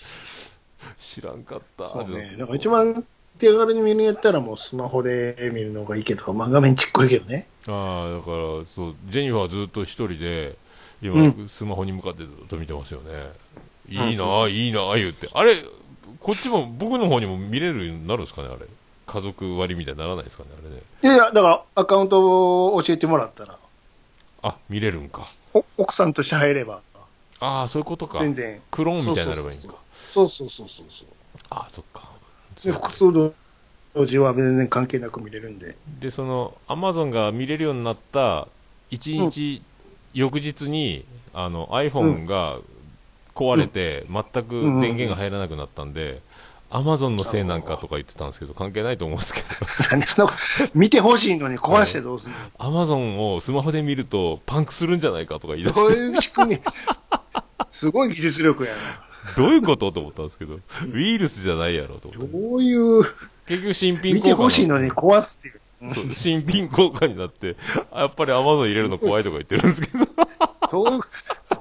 Speaker 1: 知らんかった。
Speaker 2: そうね
Speaker 1: で、
Speaker 2: なんか一番手軽に見るんやったらもうスマホで見るのがいいけど、まあ画面ちっこいけどね。
Speaker 1: ああ、だから、そう、ジェニファーはずっと一人で、今、
Speaker 2: うん
Speaker 1: スマホに向かってずっと見てますよね。いいなあ、いいなあ、言って。あれ、こっちも、僕の方にも見れるようになるんですかね、あれ。家族割みたいにならないですかね、あれね。
Speaker 2: いやいや、だからアカウントを教えてもらったら、
Speaker 1: あ、見れるんか。
Speaker 2: お奥さんとして入れば、
Speaker 1: ああ、そういうことか。
Speaker 2: 全然。
Speaker 1: クローンみたいになればいいんか。
Speaker 2: そうそうそうそうそう。
Speaker 1: ああ、そっか。
Speaker 2: で、複数の同時は全然関係なく見れるんで。
Speaker 1: で、その、アマゾンが見れるようになった、1日、翌日に、あの、iPhone が壊れて、全く電源が入らなくなったんで、アマゾンのせいなんかとか言ってたんですけど、関係ないと思うんですけど、
Speaker 2: なんでそんなこと見てほしいのに壊してどうするの、
Speaker 1: アマゾンをスマホで見ると、パンクするんじゃないかとか言い出し
Speaker 2: そう
Speaker 1: て、
Speaker 2: いう仕組み。すごい技術力や
Speaker 1: どういうことと思ったんですけど、ウイルスじゃないやろと思
Speaker 2: な。
Speaker 1: って。
Speaker 2: どういう、
Speaker 1: 結局新品
Speaker 2: 見
Speaker 1: 交換
Speaker 2: てほしいのに壊すっていう。
Speaker 1: そう新品交換になって、あやっぱりアマゾン入れるの怖いとか言ってるんですけど。
Speaker 2: どういう、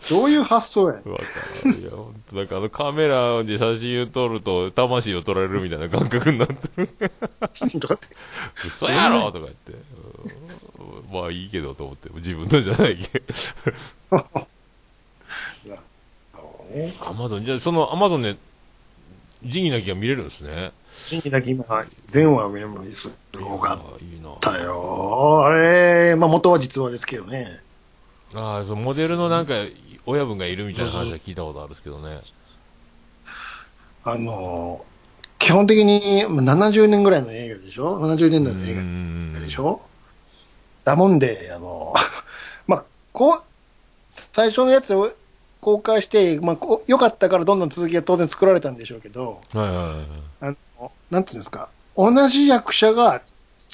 Speaker 2: どういう発想や ねん。
Speaker 1: わかる。いや、本当なんかあのカメラで写真を撮ると、魂を撮られるみたいな感覚になって る。
Speaker 2: どうやって
Speaker 1: 嘘やろとか言って。うんまあいいけどと思って、自分のじゃないけど。
Speaker 2: なるほね。
Speaker 1: アマゾン、じゃあそのアマゾンで、仁義なきが見れるんですね。
Speaker 2: 新規だけ今、全話見ればいいっす。すごかっ
Speaker 1: いいな。
Speaker 2: たよ。あれ、まあ元は実話ですけどね。
Speaker 1: ああ、そう、モデルのなんか、親分がいるみたいな話は聞いたことあるんですけどね。
Speaker 2: あの、基本的にまあ70年ぐらいの映画でしょ ?70 年代の映画。
Speaker 1: 画
Speaker 2: でしょ、だもんで、あの、 まあ、こう、最初のやつを公開して、まあ、こう良かったからどんどん続きが当然作られたんでしょうけど、
Speaker 1: はいはいはい。
Speaker 2: あの、なんていうんですか、同じ役者が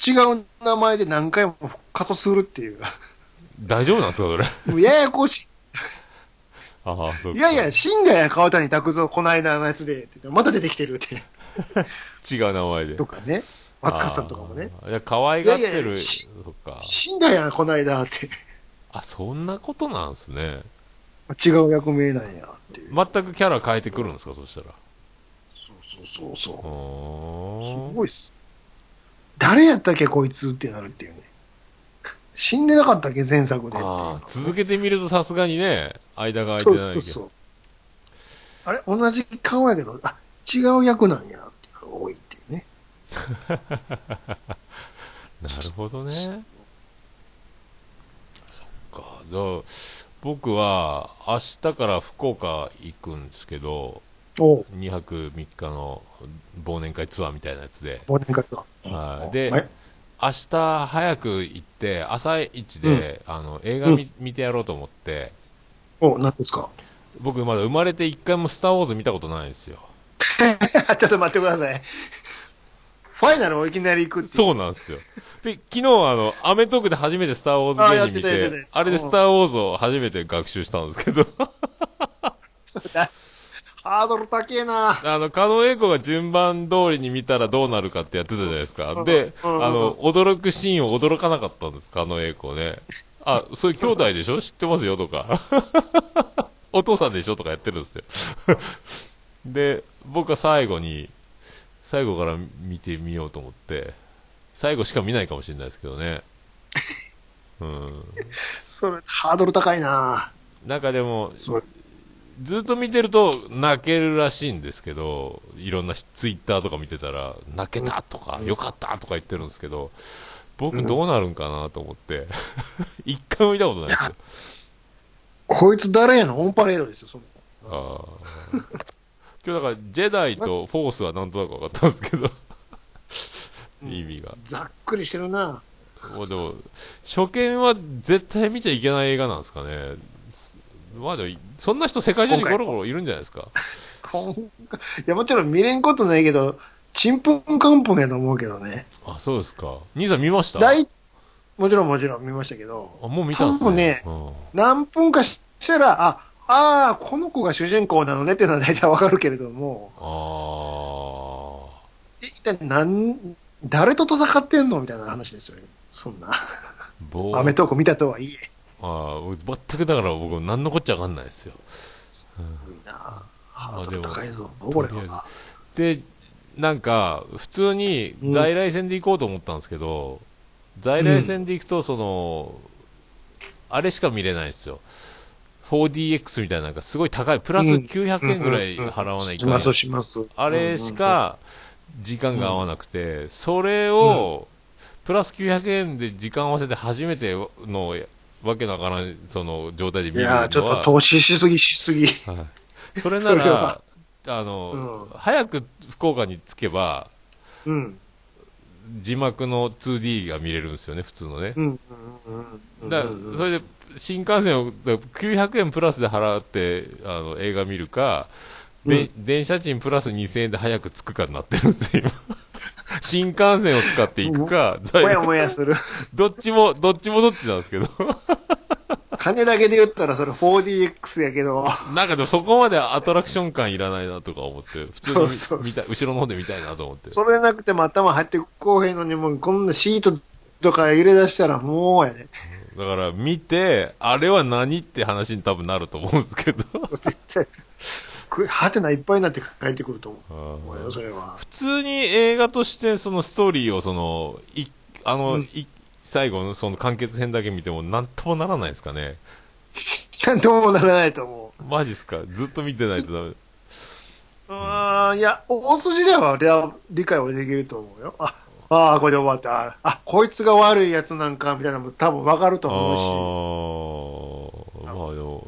Speaker 2: 違う名前で何回も復活するっ ていう、
Speaker 1: 大丈夫なんですか、 それ。
Speaker 2: もうややこし
Speaker 1: ああ、そう
Speaker 2: い。
Speaker 1: か
Speaker 2: いやいや、信者や川谷拓三、この間のやつで、って言ってまた出てきてるって、
Speaker 1: 違う名前で。
Speaker 2: とかね、松川さんとかもね、
Speaker 1: あー。いや、可愛がって
Speaker 2: いやいや
Speaker 1: る。
Speaker 2: し
Speaker 1: そっか。
Speaker 2: 信者やこの間 って、
Speaker 1: あ、そんなことなんですね。
Speaker 2: 違う役名なんやっていう。
Speaker 1: 全くキャラ変えてくるんですか、そしたら。
Speaker 2: そうそうそうそう
Speaker 1: う。
Speaker 2: す
Speaker 1: ーん。
Speaker 2: ごいっす。誰やったっけ、こいつってなるっていうね。死んでなかったっけ、前作でっていう。
Speaker 1: ああ、続けてみるとさすがにね、間が
Speaker 2: そ
Speaker 1: 空
Speaker 2: う
Speaker 1: いてない
Speaker 2: そう
Speaker 1: けど。
Speaker 2: そう。あれ、同じ顔やけど、あ違う役なんやっていうのが多いっていうね。
Speaker 1: なるほどね。そっか。だから僕は明日から福岡行くんですけど、
Speaker 2: おう
Speaker 1: 2泊3日の忘年会ツアーみたいなやつで。
Speaker 2: 忘年会か。
Speaker 1: はい
Speaker 2: は
Speaker 1: で
Speaker 2: い、
Speaker 1: 明日早く行って、朝一で、あの映画見,、見てやろうと思って、
Speaker 2: おう何ですか
Speaker 1: 僕まだ生まれて1回もスター・ウォーズ見たことないんですよ。
Speaker 2: ちょっと待ってください。ファイナルをいきなり行くっていう。
Speaker 1: そうなんですよ。で、昨日あの、アメトークで初めてスター・ウォーズ芸人見、
Speaker 2: あやってたやっててた
Speaker 1: あれでスター・ウォーズを初めて学習したんですけど、
Speaker 2: そうだ。ハードル高えな。
Speaker 1: あの、カノエイコが順番通りに見たらどうなるかってやってたじゃないですか。で、あ
Speaker 2: うん
Speaker 1: の、驚くシーンを驚かなかったんです、カノエイコね。あ、そういう兄弟でし ょ知ってますよとか。 お父さんでしょとかやってるんですよ。 で、僕は最後に、最後から見てみようと思って、最後しか見ないかもしれないですけどね。うん。
Speaker 2: それ、ハードル高いな。
Speaker 1: なんかでも、
Speaker 2: それ。
Speaker 1: ずっと見てると泣けるらしいんですけど、いろんなツイッターとか見てたら、泣けたとか、よかったとか言ってるんですけど、僕どうなるんかなと思って、 一回も見たことないですよ。
Speaker 2: こいつ誰やのオンパレードですよ、その。
Speaker 1: あー今日だから、ジェダイとフォースはなんとなく分かったんですけど、意味が。
Speaker 2: ざっくりしてるな。
Speaker 1: もうでも、初見は絶対見ちゃいけない映画なんですかね。まあでも、そんな人世界中にゴロゴロいるんじゃないですか。
Speaker 2: こん いや、もちろん見れんことないけど、ちんぷんかんぷんやと思うけどね。
Speaker 1: あ、そうですか。兄さん見ました
Speaker 2: 大もちろんもちろん見ましたけど、
Speaker 1: あ、もう見たんですね。う
Speaker 2: 何分かしたら、あ、あーこの子が主人公なのねっていうのは大体わかるけれども、
Speaker 1: ん、あ
Speaker 2: 一体何、誰と戦ってんのみたいな話ですよね。そんな。
Speaker 1: あ、棒。
Speaker 2: アメトーク見たとはいえ。
Speaker 1: あー全くだから僕、何のこっちゃわかんないですよ。
Speaker 2: すごいなハード
Speaker 1: で
Speaker 2: ル
Speaker 1: も
Speaker 2: 高いぞ、これは。
Speaker 1: で、なんか、普通に在来線で行こうと思ったんですけど、在来線で行くと、その、あれしか見れないんですよ。4DX みたいな、なんかすごい高い、プラス
Speaker 2: うん
Speaker 1: 900円ぐらい払わない
Speaker 2: し
Speaker 1: かんや
Speaker 2: ま
Speaker 1: つ
Speaker 2: す、します。
Speaker 1: あれしか時間が合わなくて、それをプラス900円で時間合わせて初めてのわけだからんその状態で
Speaker 2: うん。
Speaker 1: 見
Speaker 2: い
Speaker 1: るの
Speaker 2: や
Speaker 1: は
Speaker 2: ー、ちょっと投資しすぎ、しすぎ。
Speaker 1: はいそれな
Speaker 2: それ
Speaker 1: ら
Speaker 2: は
Speaker 1: あの、
Speaker 2: う
Speaker 1: 早く福岡に着けば
Speaker 2: うん。
Speaker 1: 字幕の 2D が見れるんですよね普通のね
Speaker 2: う、ん。うんうんうん。
Speaker 1: だ
Speaker 2: うんうん
Speaker 1: それで新幹線をだ900円プラスで払ってあの映画見るか、で電車賃プラス2000円で早く着くかになってるんですよ、今 新幹線を使っていくか、在
Speaker 2: もやもやする。
Speaker 1: どっちも、どっちもどっちなんですけど、
Speaker 2: 金だけで言ったらそれ 4DX やけど、
Speaker 1: なんかでもそこまでアトラクション感いらないなとか思って、普通に
Speaker 2: そうそう
Speaker 1: 見た後ろの方で見たいなと思って。
Speaker 2: それなくても頭入ってこうへんのに、もうこんなシートとか入れ出したらもうやね。
Speaker 1: だから見て、あれは何って話に多分なると思うんですけ ど。
Speaker 2: 絶対、くはてないっぱいになって帰ってくると思
Speaker 1: あ
Speaker 2: う。
Speaker 1: ー
Speaker 2: よ、それは。
Speaker 1: 普通に映画としてそのストーリーをそのいあの、
Speaker 2: うん
Speaker 1: い最後のその完結編だけ見てもなんともならないですかね
Speaker 2: ちゃんともならないと思う。
Speaker 1: マジっすかずっと見てないとダメだ。
Speaker 2: うーん、いや、大筋では俺は理解はできると思うよ。あ、ああ、これで終わった。あ、こいつが悪いやつなんか、みたいなのも多分わかると
Speaker 1: あ
Speaker 2: 思う
Speaker 1: ー、
Speaker 2: し。
Speaker 1: まああの、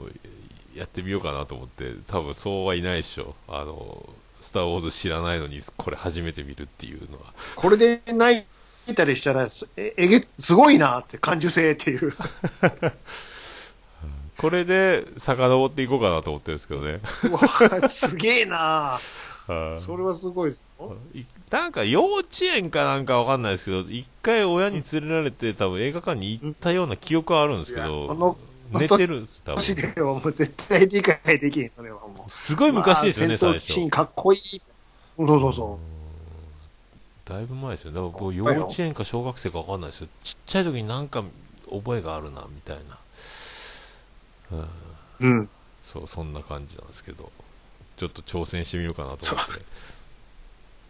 Speaker 1: やってみようかなと思って、多分そうはいないでしょ。あの、スター・ウォーズ知らないのに、これ初めて見るっていうのは。
Speaker 2: これで泣いたりしたら、すええげ、すごいなって、感受性っていう。
Speaker 1: これで、遡っていこうかなと思ってるんですけど ね。
Speaker 2: うわすげえな
Speaker 1: はい
Speaker 2: それはすごいですよ。
Speaker 1: いなんか幼稚園かなんかわかんないですけど、一回親に連れられて、多分映画館に行ったような記憶はあるんですけ
Speaker 2: いやあの
Speaker 1: ど、寝てるんです、多
Speaker 2: マジ
Speaker 1: 分。
Speaker 2: ではもう絶対理解できへん、それはもう。
Speaker 1: すごい昔ですよ
Speaker 2: ま
Speaker 1: ね、
Speaker 2: あ戦
Speaker 1: 最
Speaker 2: 闘シーン
Speaker 1: 初。
Speaker 2: かっこいい。そうそうそ
Speaker 1: だいぶ前ですよ。だから僕、
Speaker 2: あ
Speaker 1: 幼
Speaker 2: はいよ
Speaker 1: 稚園か小学生かわかんないですよ。ちっちゃい時になんか覚えがあるな、みたいな。
Speaker 2: う。うん。
Speaker 1: そう、そんな感じなんですけど、ちょっと挑戦してみようかなと思って。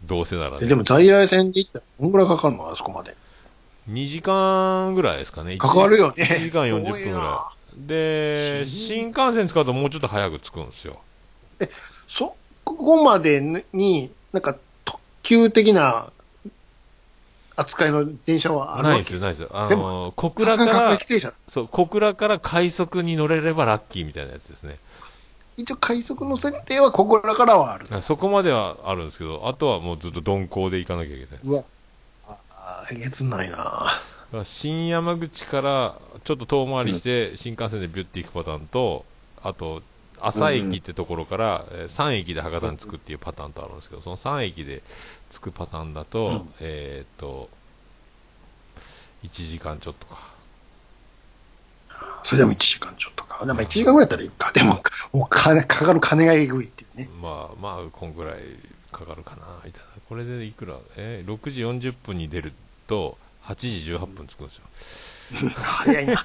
Speaker 1: どうせなら
Speaker 2: え
Speaker 1: ね。
Speaker 2: でも在来線で行ったら、どんぐらいかかるのあそこまで。
Speaker 1: 2時間ぐらいですかね。
Speaker 2: かかるよね。
Speaker 1: 1時間40分
Speaker 2: 遠い
Speaker 1: ぐら。
Speaker 2: ない
Speaker 1: で、新幹線使うともうちょっと早く着くんですよ。
Speaker 2: そこまでに、なんか特急的な扱いの電車はある
Speaker 1: ない
Speaker 2: わ
Speaker 1: で
Speaker 2: け
Speaker 1: すよ、ないですよ。あ
Speaker 2: で
Speaker 1: の、小
Speaker 2: さ
Speaker 1: 倉
Speaker 2: す
Speaker 1: か
Speaker 2: がに各
Speaker 1: ら
Speaker 2: 駅、停車。
Speaker 1: そう、小倉から快速に乗れればラッキーみたいなやつですね。
Speaker 2: 一応、快速の設定はここらからはある。
Speaker 1: そこまではあるんですけど、あとはもうずっと鈍行で行かなきゃいけない。
Speaker 2: うわ。ああ、えげつないな。
Speaker 1: だから新山口からちょっと遠回りして新幹線でビュッて行くパターンと、あと朝駅ってところから、えー3駅で博多に着くっていうパターンとあるんですけどその3駅で着くパターンだと、
Speaker 2: うん
Speaker 1: えーっと1時間ちょっとか
Speaker 2: それでも1時間ちょっとか。でも1時間ぐらいだったらいいか。でも、お金、かかる金がえぐいっていうね。
Speaker 1: まあまあこんぐらいかかるかなみたいなこれでいくら、えー6時40分に出ると8時18分着くんですよ
Speaker 2: 早いな。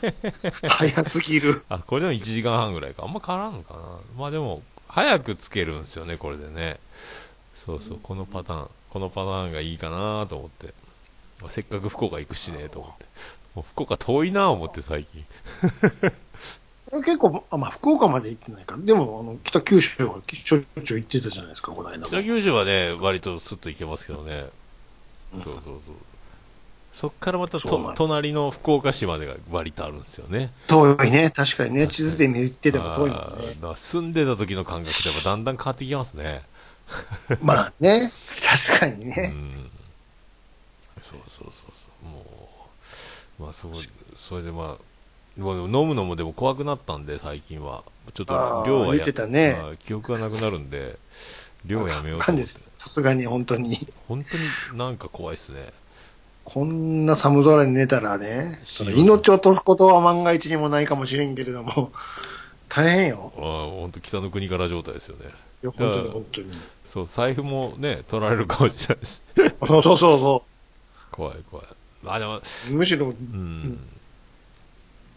Speaker 2: 早すぎる。
Speaker 1: あこれでも1時間半ぐらいかあんま変わらんのかなまあでも早くつけるんですよねこれでねそうそうこのパターンこのパターンがいいかなと思って、まあせっかく福岡行くしねと思ってもう福岡遠いな思って最近
Speaker 2: 結構、あまあ、福岡まで行ってないから。でも、あの、北九州はしょっちゅう行ってたじゃないですか、この間も。
Speaker 1: 北九州はね割とスッと行けますけどねそうそうそうそっからまた
Speaker 2: そうな
Speaker 1: と
Speaker 2: の
Speaker 1: 隣の福岡市までが割とあるんですよね
Speaker 2: 遠いね。確かにね。地図で見てても遠いも
Speaker 1: あ
Speaker 2: ん
Speaker 1: ー
Speaker 2: ね
Speaker 1: だ。から住んでた時の感覚でもだんだん変わってきますね
Speaker 2: まあね。確かに
Speaker 1: う
Speaker 2: ね。
Speaker 1: んそうそうそうそうもうまあそこそれでまあまあでも飲むのもでも怖くなったんで最近はちょっと
Speaker 2: あー
Speaker 1: 量は
Speaker 2: 言ってたね
Speaker 1: まあ記憶がなくなるんで量やめようと
Speaker 2: な
Speaker 1: 思っ
Speaker 2: んで
Speaker 1: て
Speaker 2: す。さすがに本当に。
Speaker 1: 本当になんか怖いですね
Speaker 2: こんな寒空に寝たらね、
Speaker 1: 死
Speaker 2: そ
Speaker 1: に
Speaker 2: の
Speaker 1: ます
Speaker 2: 命を取ることは万が一にもないかもしれんけれども、大変よ
Speaker 1: あ。ー本当北の国から状態ですよね
Speaker 2: いや本当に本当に。
Speaker 1: そう財布もね取られるかもしれないし
Speaker 2: そうそうそうそ
Speaker 1: 怖い怖いあでも
Speaker 2: う。むしろ
Speaker 1: うん、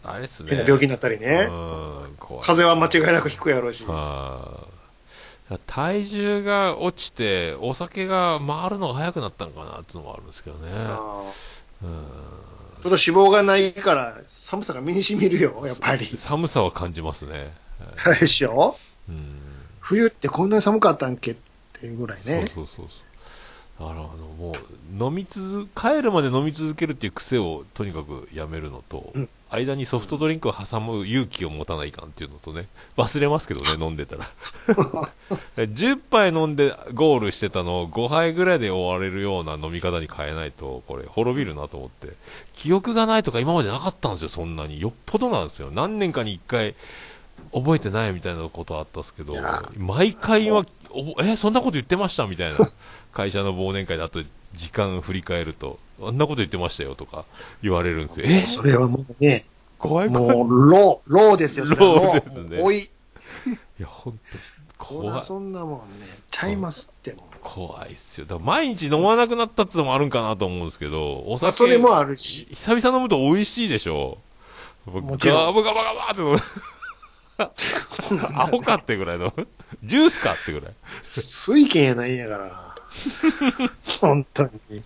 Speaker 1: あれっすね
Speaker 2: 変な病気になったりね。
Speaker 1: うん怖いっすね
Speaker 2: 風邪は間違いなく引くやろうし。
Speaker 1: あー体重が落ちて、お酒が回るのが早くなったのかなっていうのもあるんですけどね。
Speaker 2: ああ
Speaker 1: うん
Speaker 2: ちょっと脂肪がないから寒さが身にしみるよ、やっぱり。
Speaker 1: 寒さは感じますね。
Speaker 2: でしょ
Speaker 1: うん
Speaker 2: 冬ってこんなに寒かったんけっていうぐらいね。
Speaker 1: そうそうそうそう。だから、あの、もう、飲み続、帰るまで飲み続けるっていう癖をとにかくやめるのと、
Speaker 2: うん
Speaker 1: 間にソフトドリンクを挟む勇気を持たないかんっていうのと ね、忘れますけどね、飲んでたら。10杯飲んでゴールしてたのを5杯ぐらいで終われるような飲み方に変えないと、これ、滅びるなと思って、記憶がないとか今までなかったんですよ、そんなに。よっぽどなんですよ。何年かに1回、覚えてないみたいなことあったんですけど
Speaker 2: いや、
Speaker 1: 毎回は、おぼえ、そんなこと言ってましたみ たいな。会社の忘年会であと時間振り返ると、あんなこと言ってましたよとか言われるんですよ。え
Speaker 2: それはもうね、
Speaker 1: 怖い怖い。
Speaker 2: もう、ロー、ローですよ、それは
Speaker 1: ロ
Speaker 2: ロ
Speaker 1: ー
Speaker 2: ー
Speaker 1: ですね
Speaker 2: おい、
Speaker 1: いや、ほんと、
Speaker 2: そ
Speaker 1: 怖
Speaker 2: ら
Speaker 1: い。
Speaker 2: そんなもんね、ちゃいますってもう
Speaker 1: 怖いっすよ。だから毎日飲まなくなったってのもあるんかなと思うんですけど、お
Speaker 2: まあ
Speaker 1: 酒、
Speaker 2: それもあるし、
Speaker 1: 久々飲むと美味しいでしょ。も
Speaker 2: も
Speaker 1: う
Speaker 2: ちろん
Speaker 1: ガブガバガバって 飲むアホかってぐらいの。ジュースかってぐらい。
Speaker 2: 水拳やないん やから。本当に。
Speaker 1: いや、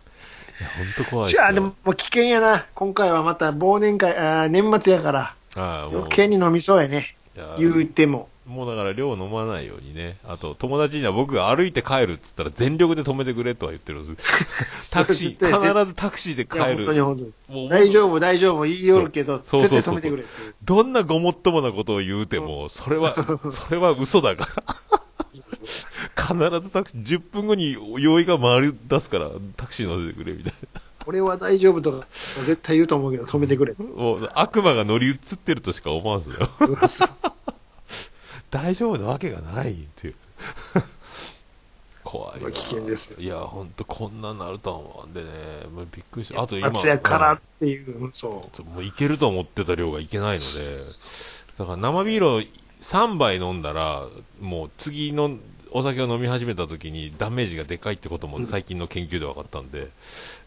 Speaker 1: ほんと怖いっす
Speaker 2: じ
Speaker 1: よ。
Speaker 2: ゃあ、でも、もう危険やな。今回はまた忘年会、あー年末やから、
Speaker 1: ああ、もう
Speaker 2: 余計に飲みそうやね。
Speaker 1: いや
Speaker 2: 言うても。
Speaker 1: もうだから量飲まないようにね。あと、友達には僕が歩いて帰るっつったら全力で止めてくれとは言ってるん です。タクシ
Speaker 2: それ絶対
Speaker 1: ー、必ずタクシーで
Speaker 2: いや
Speaker 1: 帰
Speaker 2: 本当に
Speaker 1: る。
Speaker 2: 本当に。
Speaker 1: もう
Speaker 2: 大丈夫、大丈夫、言いよるけど、
Speaker 1: そう
Speaker 2: 絶対
Speaker 1: そ
Speaker 2: 止
Speaker 1: うそ
Speaker 2: め
Speaker 1: う
Speaker 2: て
Speaker 1: そう
Speaker 2: くれって。
Speaker 1: どんなごもっともなことを言うても、それ は、それは嘘だ から。必ずタクシー、10分後に用意が回り出すから、タクシー乗せてくれみたい
Speaker 2: 俺は大丈夫とか、絶対言うと思うけど、止めてくれ。
Speaker 1: な。もう、悪魔が乗り移ってるとしか思わんすよ。 大丈夫なわけがないっていう。怖いわ
Speaker 2: 危険ですよ
Speaker 1: いや、ほんとこんなになるとは思うんでね、もうびっくりした。あと今、
Speaker 2: 松やか
Speaker 1: う
Speaker 2: ら
Speaker 1: ん
Speaker 2: っていう、うんそ
Speaker 1: ちょもういけると思ってた量がいけないので、だから生ビールを3杯飲んだら、もう次のお酒を飲み始めた時にダメージがでかいってことも最近の研究で分かったんで、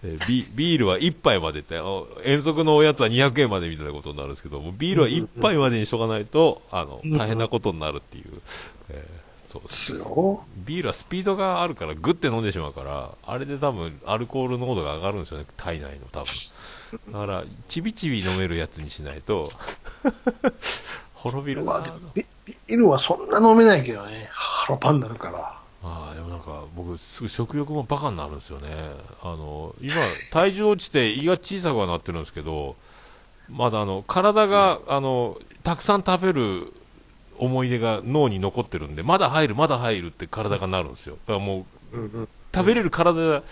Speaker 1: えービビールは1杯までって、あの遠足のおやつは200円までみたいなことになるんですけど、もうビールは1杯までにしとかないと、あの、大変なことになるっていう。えーそう
Speaker 2: う。ですよ。
Speaker 1: ビールはスピードがあるから、グッて飲んでしまうから、あれで多分、アルコール濃度が上がるんですよね、体内の多分。だから、ちびちび飲めるやつにしないと、 滅びるな
Speaker 2: まあ、で
Speaker 1: ぁ
Speaker 2: もビビールはそんな飲めないけどね、腹パンになるから。
Speaker 1: ああ、でもなんか、僕、すぐ食欲もバカになるんですよね。あの、今、体重落ちて胃が小さくはなってるんですけど、まだあの、体が、あの、たくさん食べる思い出が脳に残ってるんで、まだ入る、まだ入るって体がなるんですよ。だからもう、
Speaker 2: うんうん。
Speaker 1: 食べれる体が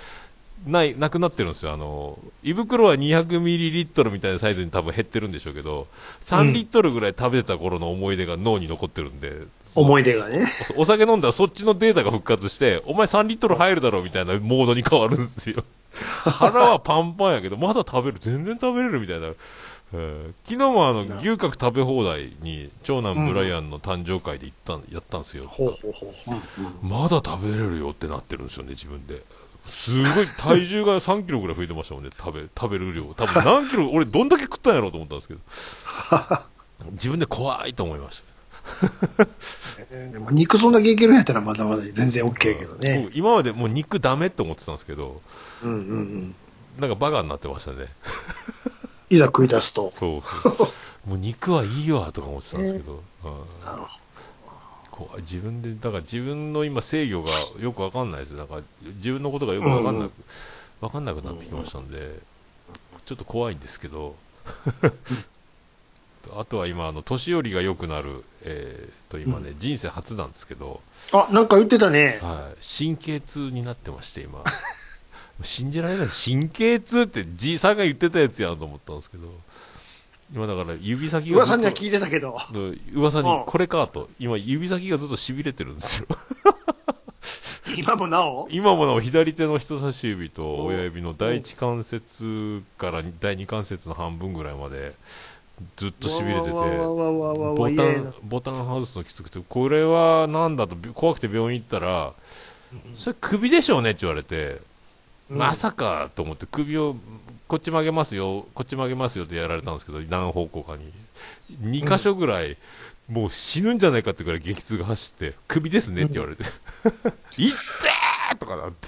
Speaker 1: ない、なくなってるんですよ。あの、胃袋は200ミリリットルみたいなサイズに多分減ってるんでしょうけど、3リットルぐらい食べてた頃の思い出が脳に残ってるんで、
Speaker 2: 思い出がね。
Speaker 1: おお酒飲んだらそっちのデータが復活して、お前3リットル入るだろうみたいなモードに変わるんですよ。腹はパンパンやけど、まだ食べる、全然食べれるみたいな。えー昨日もあの、牛角食べ放題に、長男ブライアンの誕生会で行ったん、やったんですよ。
Speaker 2: ほうほうほう。うんうん
Speaker 1: まだ食べれるよってなってるんですよね、自分で。すごい体重が3キロぐらい増えてましたもんね、食べ、食べる量。多分何キロ、俺どんだけ食ったんやろうと思ったんですけど。自分で怖いと思いまし
Speaker 2: でも肉そんだけいけるんやったらまだまだ全然 OK
Speaker 1: た。
Speaker 2: やけどね。
Speaker 1: 僕今までもう肉ダメって思ってたんですけど、
Speaker 2: うんうんうん。
Speaker 1: なんかバカになってましたね。
Speaker 2: いざ食い出すと。
Speaker 1: そうそう。もう肉はいいわとか思ってたんですけど。うん
Speaker 2: なるほ
Speaker 1: 怖い自分でだから自分の今制御がよくわかんないですなんか自分のことがよくわかんなく、わかんなくなってきましたんで、ちょっと怖いんですけどあとは今あの年寄りが良くなるえー、と今ね、人生初なんですけど、
Speaker 2: どあ、なんか言ってたね。
Speaker 1: はい、神経痛になってまして今 信じられないです神経痛ってじいさんが言ってたやつやと思ったんですけど今だから指先がずっと
Speaker 2: 噂には聞いてたけど。
Speaker 1: の噂
Speaker 2: うん
Speaker 1: にこれかと今指先がずっと痺れてるんですよ
Speaker 2: 今もなお
Speaker 1: 今もなお左手の人差し指と親指の第一関節から第二関節の半分ぐらいまでずっとしびれてて
Speaker 2: わわわわわわわ
Speaker 1: ボタ
Speaker 2: 嫌や
Speaker 1: ン
Speaker 2: な
Speaker 1: ボタン外すのきつくてこれはなんだとび怖くて病院行ったらそれ首でしょうねって言われてまさかと思って首をこっち曲げますよこっち曲げますよってやられたんですけど何方向かに2箇所ぐらいもう死ぬんじゃないかってぐらい激痛が走って首ですねって言われ て「いってー!」とかなって。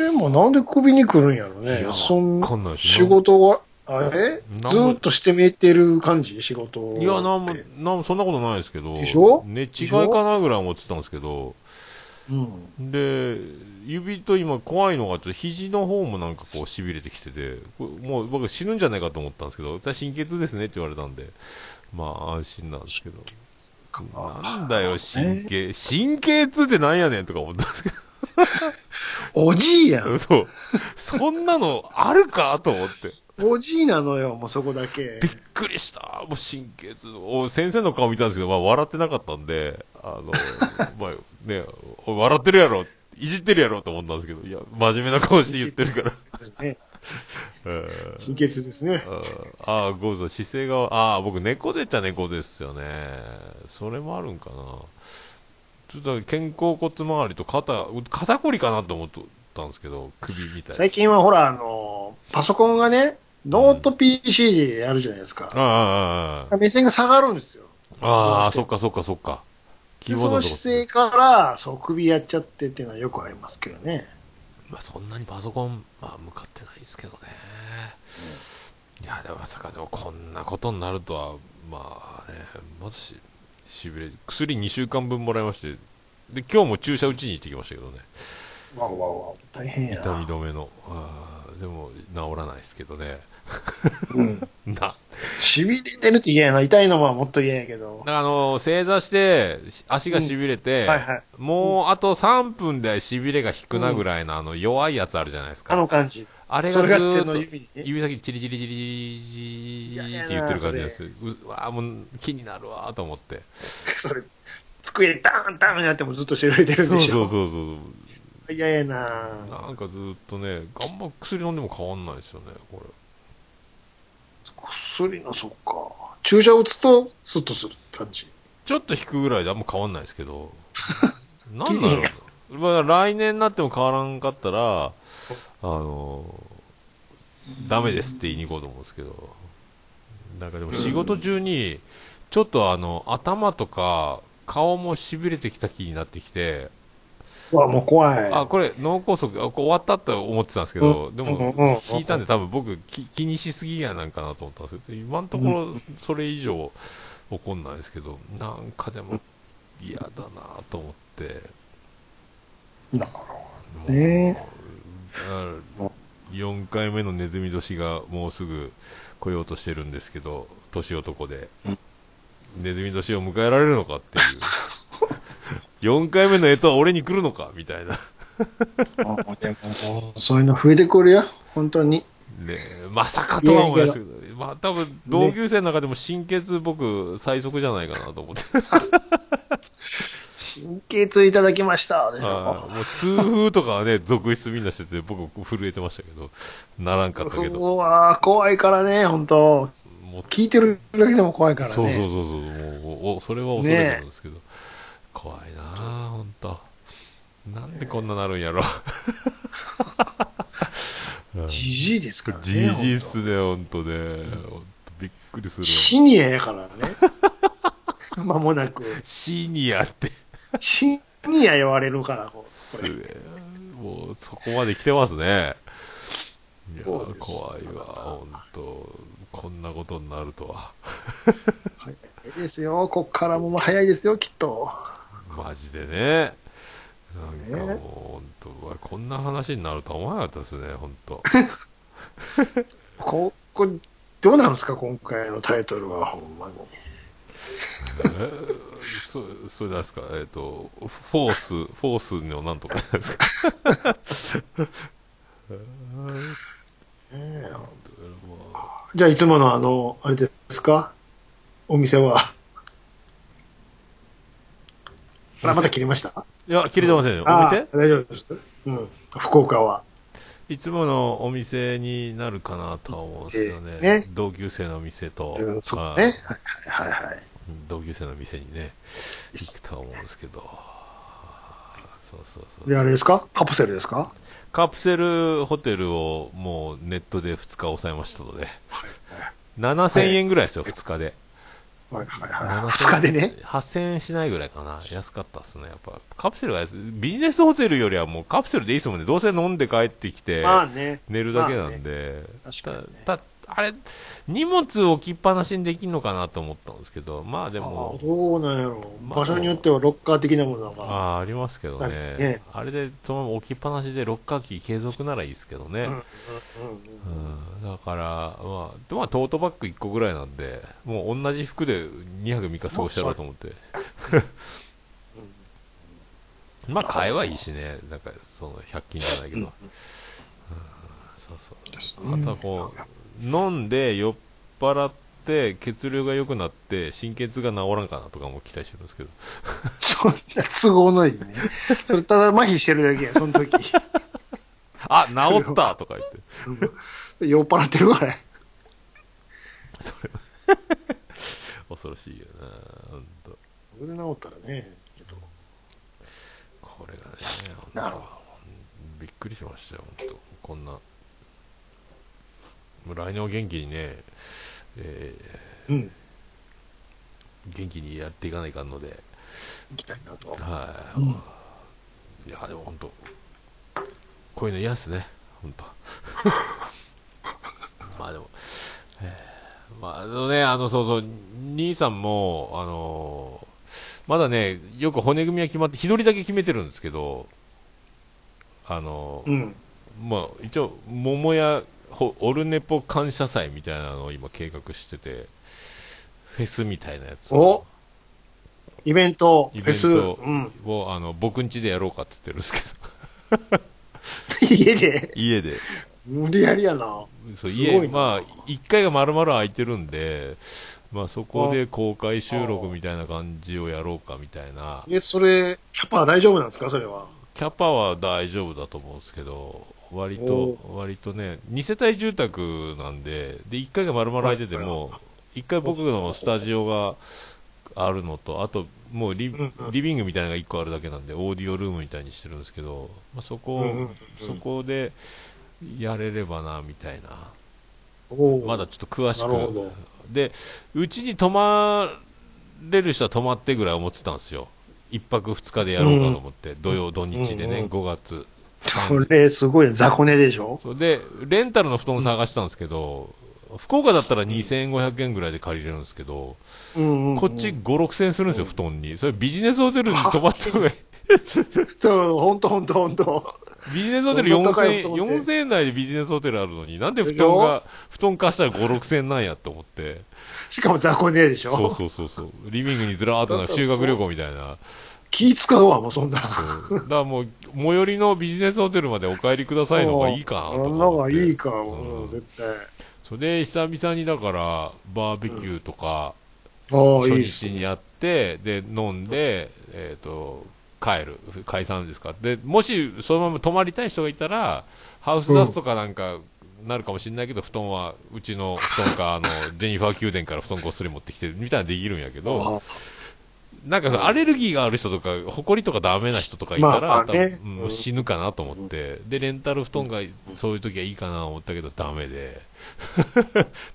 Speaker 2: でもなんで首に来るんやろね
Speaker 1: いや。
Speaker 2: そん
Speaker 1: わかんないです
Speaker 2: 仕事は、あえず
Speaker 1: なんも
Speaker 2: ーっとして見えてる感じ仕事を。
Speaker 1: いや、なんも、なんもそんなことないですけど、
Speaker 2: でしょ
Speaker 1: ね、違
Speaker 2: し
Speaker 1: い
Speaker 2: ょ
Speaker 1: かなぐらい思ってたんですけど、
Speaker 2: うん。
Speaker 1: で、指と今怖いのが、ちょっと肘の方もなんかこう痺れてきてて、これもう僕死ぬんじゃないかと思ったんですけど、神経痛ですねって言われたんで、まあ安心なんですけど。なんだよ、神経、神経痛ってなんやねんとか思ったんですけ
Speaker 2: おじいやん。
Speaker 1: ど、そう。そんなのあるかと思って。
Speaker 2: おじいなのよ、もうそこだけ
Speaker 1: び。っくりした、もう神経痛、お先生の顔見たんですけど、まあ、笑ってなかったんで、あの まあね、お笑ってるやろ、いじってるやろと思ったんですけど、いや、真面目な顔して言ってるから、
Speaker 2: ね、
Speaker 1: え
Speaker 2: 貧血ですね。
Speaker 1: ーああ、ゴーズは姿勢が、ああ、僕、猫背っちゃ猫背ですよね、それもあるんかな、ちょっと肩甲骨周りと肩、肩こりかなと思ったんですけど、首みたいな。
Speaker 2: 最近はほら、あの、パソコンがね、ノート PC でやるじゃないですか。
Speaker 1: ああああ
Speaker 2: 目線が下がるんですよ。
Speaker 1: ああ、あーそっかそっかそっか。
Speaker 2: で
Speaker 1: 希望
Speaker 2: その姿勢から、そう、首やっちゃってっていうのはよくありますけどね。
Speaker 1: まあ、そんなにパソコン、まあ、向かってないですけどね。いや、でもまさかでもこんなことになるとは、まあね、まずし、しびれ薬2週間分もらいましてで今日も注射打ちに行ってきましたけどね
Speaker 2: わおわおわお。大変や
Speaker 1: 痛み
Speaker 2: な。
Speaker 1: 止めのあーでも治らないですけどね
Speaker 2: うん。
Speaker 1: な
Speaker 2: しびれてるって嫌やな。痛いのはもっと嫌やけど。
Speaker 1: あの正座してし足がしびれて、
Speaker 2: はいはい。
Speaker 1: もうあと3分でしびれが引くなぐらいの、あの弱いやつあるじゃないです
Speaker 2: あ
Speaker 1: か
Speaker 2: の感じ。
Speaker 1: あれ
Speaker 2: そ
Speaker 1: が
Speaker 2: れ
Speaker 1: ず
Speaker 2: が手
Speaker 1: ーっ
Speaker 2: の
Speaker 1: と
Speaker 2: 指にね。
Speaker 1: 指先チリチリチリチリって言ってる感じですうわーもう気になるわーと思って
Speaker 2: それ、机でダーンダーンやってもずっとしびれてるん
Speaker 1: そう
Speaker 2: でし
Speaker 1: そう
Speaker 2: ょ。
Speaker 1: そうそう
Speaker 2: 嫌やな。
Speaker 1: なんかずっとね、あんま薬飲んでも変わんないですよね、こ
Speaker 2: 薬の、そっか。注射打つと、スッとする感じ。
Speaker 1: れ。ちょっと引くぐらいであんま変わんないですけど。なんだろう。まあ、来年になっても変わらんかったら、あの、ダメですって言いに行こうと思うんですけど。なんかでも仕事中に、ちょっとあの、頭とか、顔も痺れてきた気になってきて、
Speaker 2: うわ、もう怖い。
Speaker 1: あ、これ脳梗塞、あこれ終わったと思ってたんですけど、で
Speaker 2: うん
Speaker 1: も
Speaker 2: うんうん
Speaker 1: 聞いたんで多分僕き気にしすぎやなんかなと思ったんですけど、今のところそれ以上起こんないですけど、なんかでも嫌だなと思って、
Speaker 2: だからね。
Speaker 1: あ4回目のネズミ年がもうすぐ来ようとしてるんですけど、年男で、ネズミ年を迎えられるのか っていう。4回目の干支は俺に来るのかみたいな。
Speaker 2: あでもそういうの増えてくるよ。本当に。
Speaker 1: ねえ、まさかとは思いますけど、まあ多分同級生の中でも神経痛僕最速じゃないかなと思って、
Speaker 2: 神経痛いただきました。でし
Speaker 1: あ
Speaker 2: ょ
Speaker 1: あもう痛風とかはね、続出みんなしてて、僕震えてましたけど、ならんかったけど、
Speaker 2: うわ怖いからね、本当
Speaker 1: もう
Speaker 2: 聞いてるだけでも怖いからね。
Speaker 1: そうそうそうそう、もうおそれは恐れてるんですけど、怖いなあ、ほんと。なんでこんななるんやろ。
Speaker 2: じじいですからね。
Speaker 1: じじいっ
Speaker 2: ほん
Speaker 1: すね、ほんとね。ほんとびっくりす
Speaker 2: と
Speaker 1: るわ。
Speaker 2: シニアやからね。 間もなく。
Speaker 1: シニアって。
Speaker 2: シニア言われるから、こ
Speaker 1: す
Speaker 2: うこれ。
Speaker 1: げえもうそこまで来てますね。いや
Speaker 2: そうで
Speaker 1: ー
Speaker 2: す
Speaker 1: 怖いわ、本当こんなことになるとは。
Speaker 2: 早いですよ。こっからも早いですよ、きっと。
Speaker 1: マジでね。なんかも
Speaker 2: ね
Speaker 1: う、本当うわこんな話になるとは思わなかったですね、本 当
Speaker 2: ここれどうなんですか、今回のタイトルは、ほんまに。
Speaker 1: えーそそれなんですか、えっ、と、フォース、フォースのなんとかですか。
Speaker 2: ねえ
Speaker 1: まあ
Speaker 2: じゃあ、いつものあの、あれですかお店は。あら、また切りました
Speaker 1: いや、切れてませんよ。お
Speaker 2: あ
Speaker 1: 店
Speaker 2: ー大丈夫です。うん。福岡は。
Speaker 1: いつものお店になるかなとは思うんですけどね。
Speaker 2: えーね
Speaker 1: 同級生の店と、
Speaker 2: うん、そう
Speaker 1: まあ
Speaker 2: ね。はいはいはいはい。
Speaker 1: 同級生の店にね、行くとは思うんですけど。そうそうそう。
Speaker 2: で、あれですかカプセルですか
Speaker 1: カプセルホテルをもうネットで2日抑えましたので。7000円ぐらいですよ、2日で。
Speaker 2: はいはい
Speaker 1: 7000
Speaker 2: はい。二日でね。
Speaker 1: 8000円しないぐらいかな。安かったっすね。やっぱ、カプセルが安いビジネスホテルよりはもうカプセルでいいですもんね。どうせ飲んで帰ってきて、
Speaker 2: まあね。
Speaker 1: 寝るだけなんで。
Speaker 2: まあね確かにね
Speaker 1: たたあれ、荷物置きっぱなしにできるのかなと思ったんですけど、まあで
Speaker 2: ああ
Speaker 1: も
Speaker 2: ー、、どうなんやろう。
Speaker 1: まあ
Speaker 2: 場所によってはロッカー的なものが。
Speaker 1: ああありますけどね、
Speaker 2: なんかね
Speaker 1: あれでそのまま置きっぱなしでロッカーキー継続ならいいですけどね、う
Speaker 2: う
Speaker 1: ん
Speaker 2: うんんうんうん
Speaker 1: だから、まあでまあ、トートバッグ1個ぐらいなんで、もう同じ服で2泊3日過ごしたろうと思って、まあ、買えはいいしね、なんかその100均じゃないけど、うんそうそう、あとはこう、飲んで酔っ払って、血流が良くなって、心血が治らんかなとかも期待してるんですけど。
Speaker 2: そんな都合のいいね。それただ麻痺してるだけや、その時。
Speaker 1: あ、治ったとか言って。
Speaker 2: うん酔っ払ってるから。
Speaker 1: それ恐ろしいよな本当
Speaker 2: それで治ったらね。
Speaker 1: これがね本当
Speaker 2: なるほど
Speaker 1: びっくりしましたよ本当こんなもう来年を元気にね、え
Speaker 2: うん。
Speaker 1: ー元気にやっていかないかんので
Speaker 2: 行きたいなと。
Speaker 1: はい、いやでも本当こういうの嫌ですね本当 まあでも、えーまああのねあのそうそう兄さんもあのーまだね、よく骨組みは決まって、一人だけ決めてるんですけど、あの、
Speaker 2: うん。
Speaker 1: まあ、一応、桃屋ほオルネポ感謝祭みたいなのを今計画してて、フェスみたいなやつを
Speaker 2: お、イベント、フ
Speaker 1: イ
Speaker 2: ェ
Speaker 1: ベン
Speaker 2: ス、
Speaker 1: ト
Speaker 2: うん。
Speaker 1: をあの僕ん家でやろうかって言ってるんですけど、
Speaker 2: 家で、
Speaker 1: 家で。
Speaker 2: 無理やりやな。
Speaker 1: そう
Speaker 2: すご
Speaker 1: 家
Speaker 2: いな
Speaker 1: まあ1回が丸々空いてるんで、まあ、そこで公開収録みたいな感じをやろうかみたいな
Speaker 2: え、それ、キャパは大丈夫なんですかそれは。
Speaker 1: キャパは大丈夫だと思うんですけど割と割とね2世帯住宅なんでで1回が丸々空いてても1回僕のスタジオがあるのとあともうリ
Speaker 2: うんうん
Speaker 1: リビングみたいなのが1個あるだけなんでオーディオルームみたいにしてるんですけど、まあ、そこ
Speaker 2: うんうんうん
Speaker 1: そこでやれればなみたいな
Speaker 2: おー
Speaker 1: まだちょっと詳し
Speaker 2: なるほ
Speaker 1: く
Speaker 2: ど。
Speaker 1: で、うちに泊まれる人は泊まってぐらい思ってたんですよ。一泊二日でやろうかと思って、土曜、土日で
Speaker 2: うん
Speaker 1: ね、
Speaker 2: うん
Speaker 1: 5月。
Speaker 2: それ、すごい雑魚寝でしょ
Speaker 1: そうで、レンタルの布団探したんですけど、福岡だったら2500円ぐらいで借りれるんですけど、
Speaker 2: うんうん。
Speaker 1: こっち5、6000円するんですよ、布団に。それビジネスホテルに泊まった方が いい。
Speaker 2: そう、ほんとほんとほんと。
Speaker 1: ビジネスホテル
Speaker 2: そんな高い
Speaker 1: 4000円、
Speaker 2: 布団って
Speaker 1: 4000円台でビジネスホテルあるのに、なんで布
Speaker 2: でし
Speaker 1: 団
Speaker 2: ょ
Speaker 1: が、布団貸したら5、6000円なんやと思って。
Speaker 2: しかも雑魚寝でしょ
Speaker 1: そうそうそうそう。リビングにずらーっとなんか修学旅行みたいな。
Speaker 2: 気使うわ、もうそんな。
Speaker 1: そうだからもう、最寄りのビジネスホテルまでお帰りくださいの方がいいかなと
Speaker 2: そんな
Speaker 1: 思
Speaker 2: の
Speaker 1: っ
Speaker 2: が
Speaker 1: て。
Speaker 2: いいか、
Speaker 1: ん
Speaker 2: うん、絶対。
Speaker 1: それで、久々にだから、バーベキューとか、
Speaker 2: ああ、
Speaker 1: 初
Speaker 2: いいっす
Speaker 1: 日にやって、で、飲んで、えっ、と、帰る。解散ですか。で、もし、そのまま泊まりたい人がいたら、ハウスダストかなんか、なるかもしれないけど、布団は、うちの布団か、あの、ジェニファー宮殿から布団こっそり持ってきて、みたいなのできるんやけど、
Speaker 2: あ
Speaker 1: なんかアレルギーがある人とか、埃とかダメな人とかいたら、
Speaker 2: まあ
Speaker 1: 多
Speaker 2: ね
Speaker 1: 分うんもう死ぬかなと思って、で、レンタル布団がそういう時はいいかなと思ったけど、ダメ で、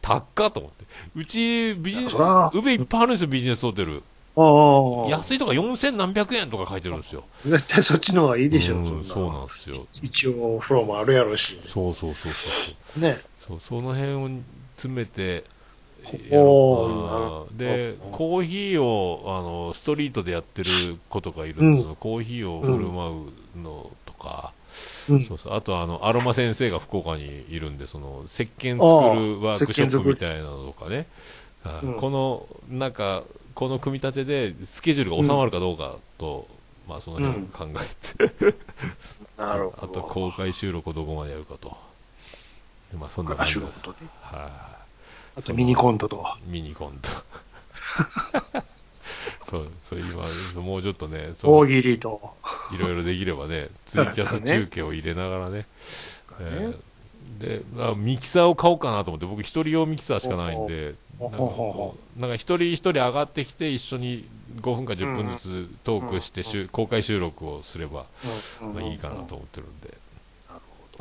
Speaker 1: 高っと思って、うちビジネス、
Speaker 2: そら
Speaker 1: 上いっぱいあるんですよ、ビジネスホテル、
Speaker 2: ああ。
Speaker 1: 安いとか4000何百円とか書いてるんですよ、
Speaker 2: 絶対そっちの方がいいでしょ。
Speaker 1: うん
Speaker 2: そん
Speaker 1: そう
Speaker 2: な
Speaker 1: なんですよ、
Speaker 2: 一応、お風呂もあるやろうし。
Speaker 1: そうそうそうそう
Speaker 2: ね。
Speaker 1: そう、その辺を詰めて、や
Speaker 2: おー
Speaker 1: ろうかなで
Speaker 2: うん、
Speaker 1: コーヒーをあのストリートでやってる子とかいるんですよ、コーヒーを振る舞うのとか、
Speaker 2: うん。
Speaker 1: そうそうあとあのアロマ先生が福岡にいるんで、その石鹸
Speaker 2: ああ
Speaker 1: 作るワークショッ
Speaker 2: 石鹸作
Speaker 1: プ
Speaker 2: る
Speaker 1: みたいなのとかね、はい
Speaker 2: うん
Speaker 1: このなんか、この組み立てでスケジュールが収まるかどうかと、まあ、その辺を考えて、
Speaker 2: なる
Speaker 1: あ
Speaker 2: ほ
Speaker 1: と
Speaker 2: ど。
Speaker 1: 公開収録をどこまでやるかと、でまあ、そんな感
Speaker 2: 昔
Speaker 1: じ
Speaker 2: の
Speaker 1: で。
Speaker 2: ことね。
Speaker 1: はい
Speaker 2: あと、ミニコントと。
Speaker 1: ミニコン ト。そう、そう、今、もうちょっとね、そ
Speaker 2: 大
Speaker 1: う、
Speaker 2: 喜利と。
Speaker 1: いろいろできればね、ツイキャス中継を入れながらね、えーで、まあミキサーを買おうかなと思って、僕一人用ミキサーしかないんで、
Speaker 2: ほ
Speaker 1: なん
Speaker 2: ほ
Speaker 1: か
Speaker 2: ほほ
Speaker 1: こうなんか一人一人上がってきて、一緒に5分か10分ずつトークして、しゅ公開収録をすれば、まあ、いいかなと思ってるんで。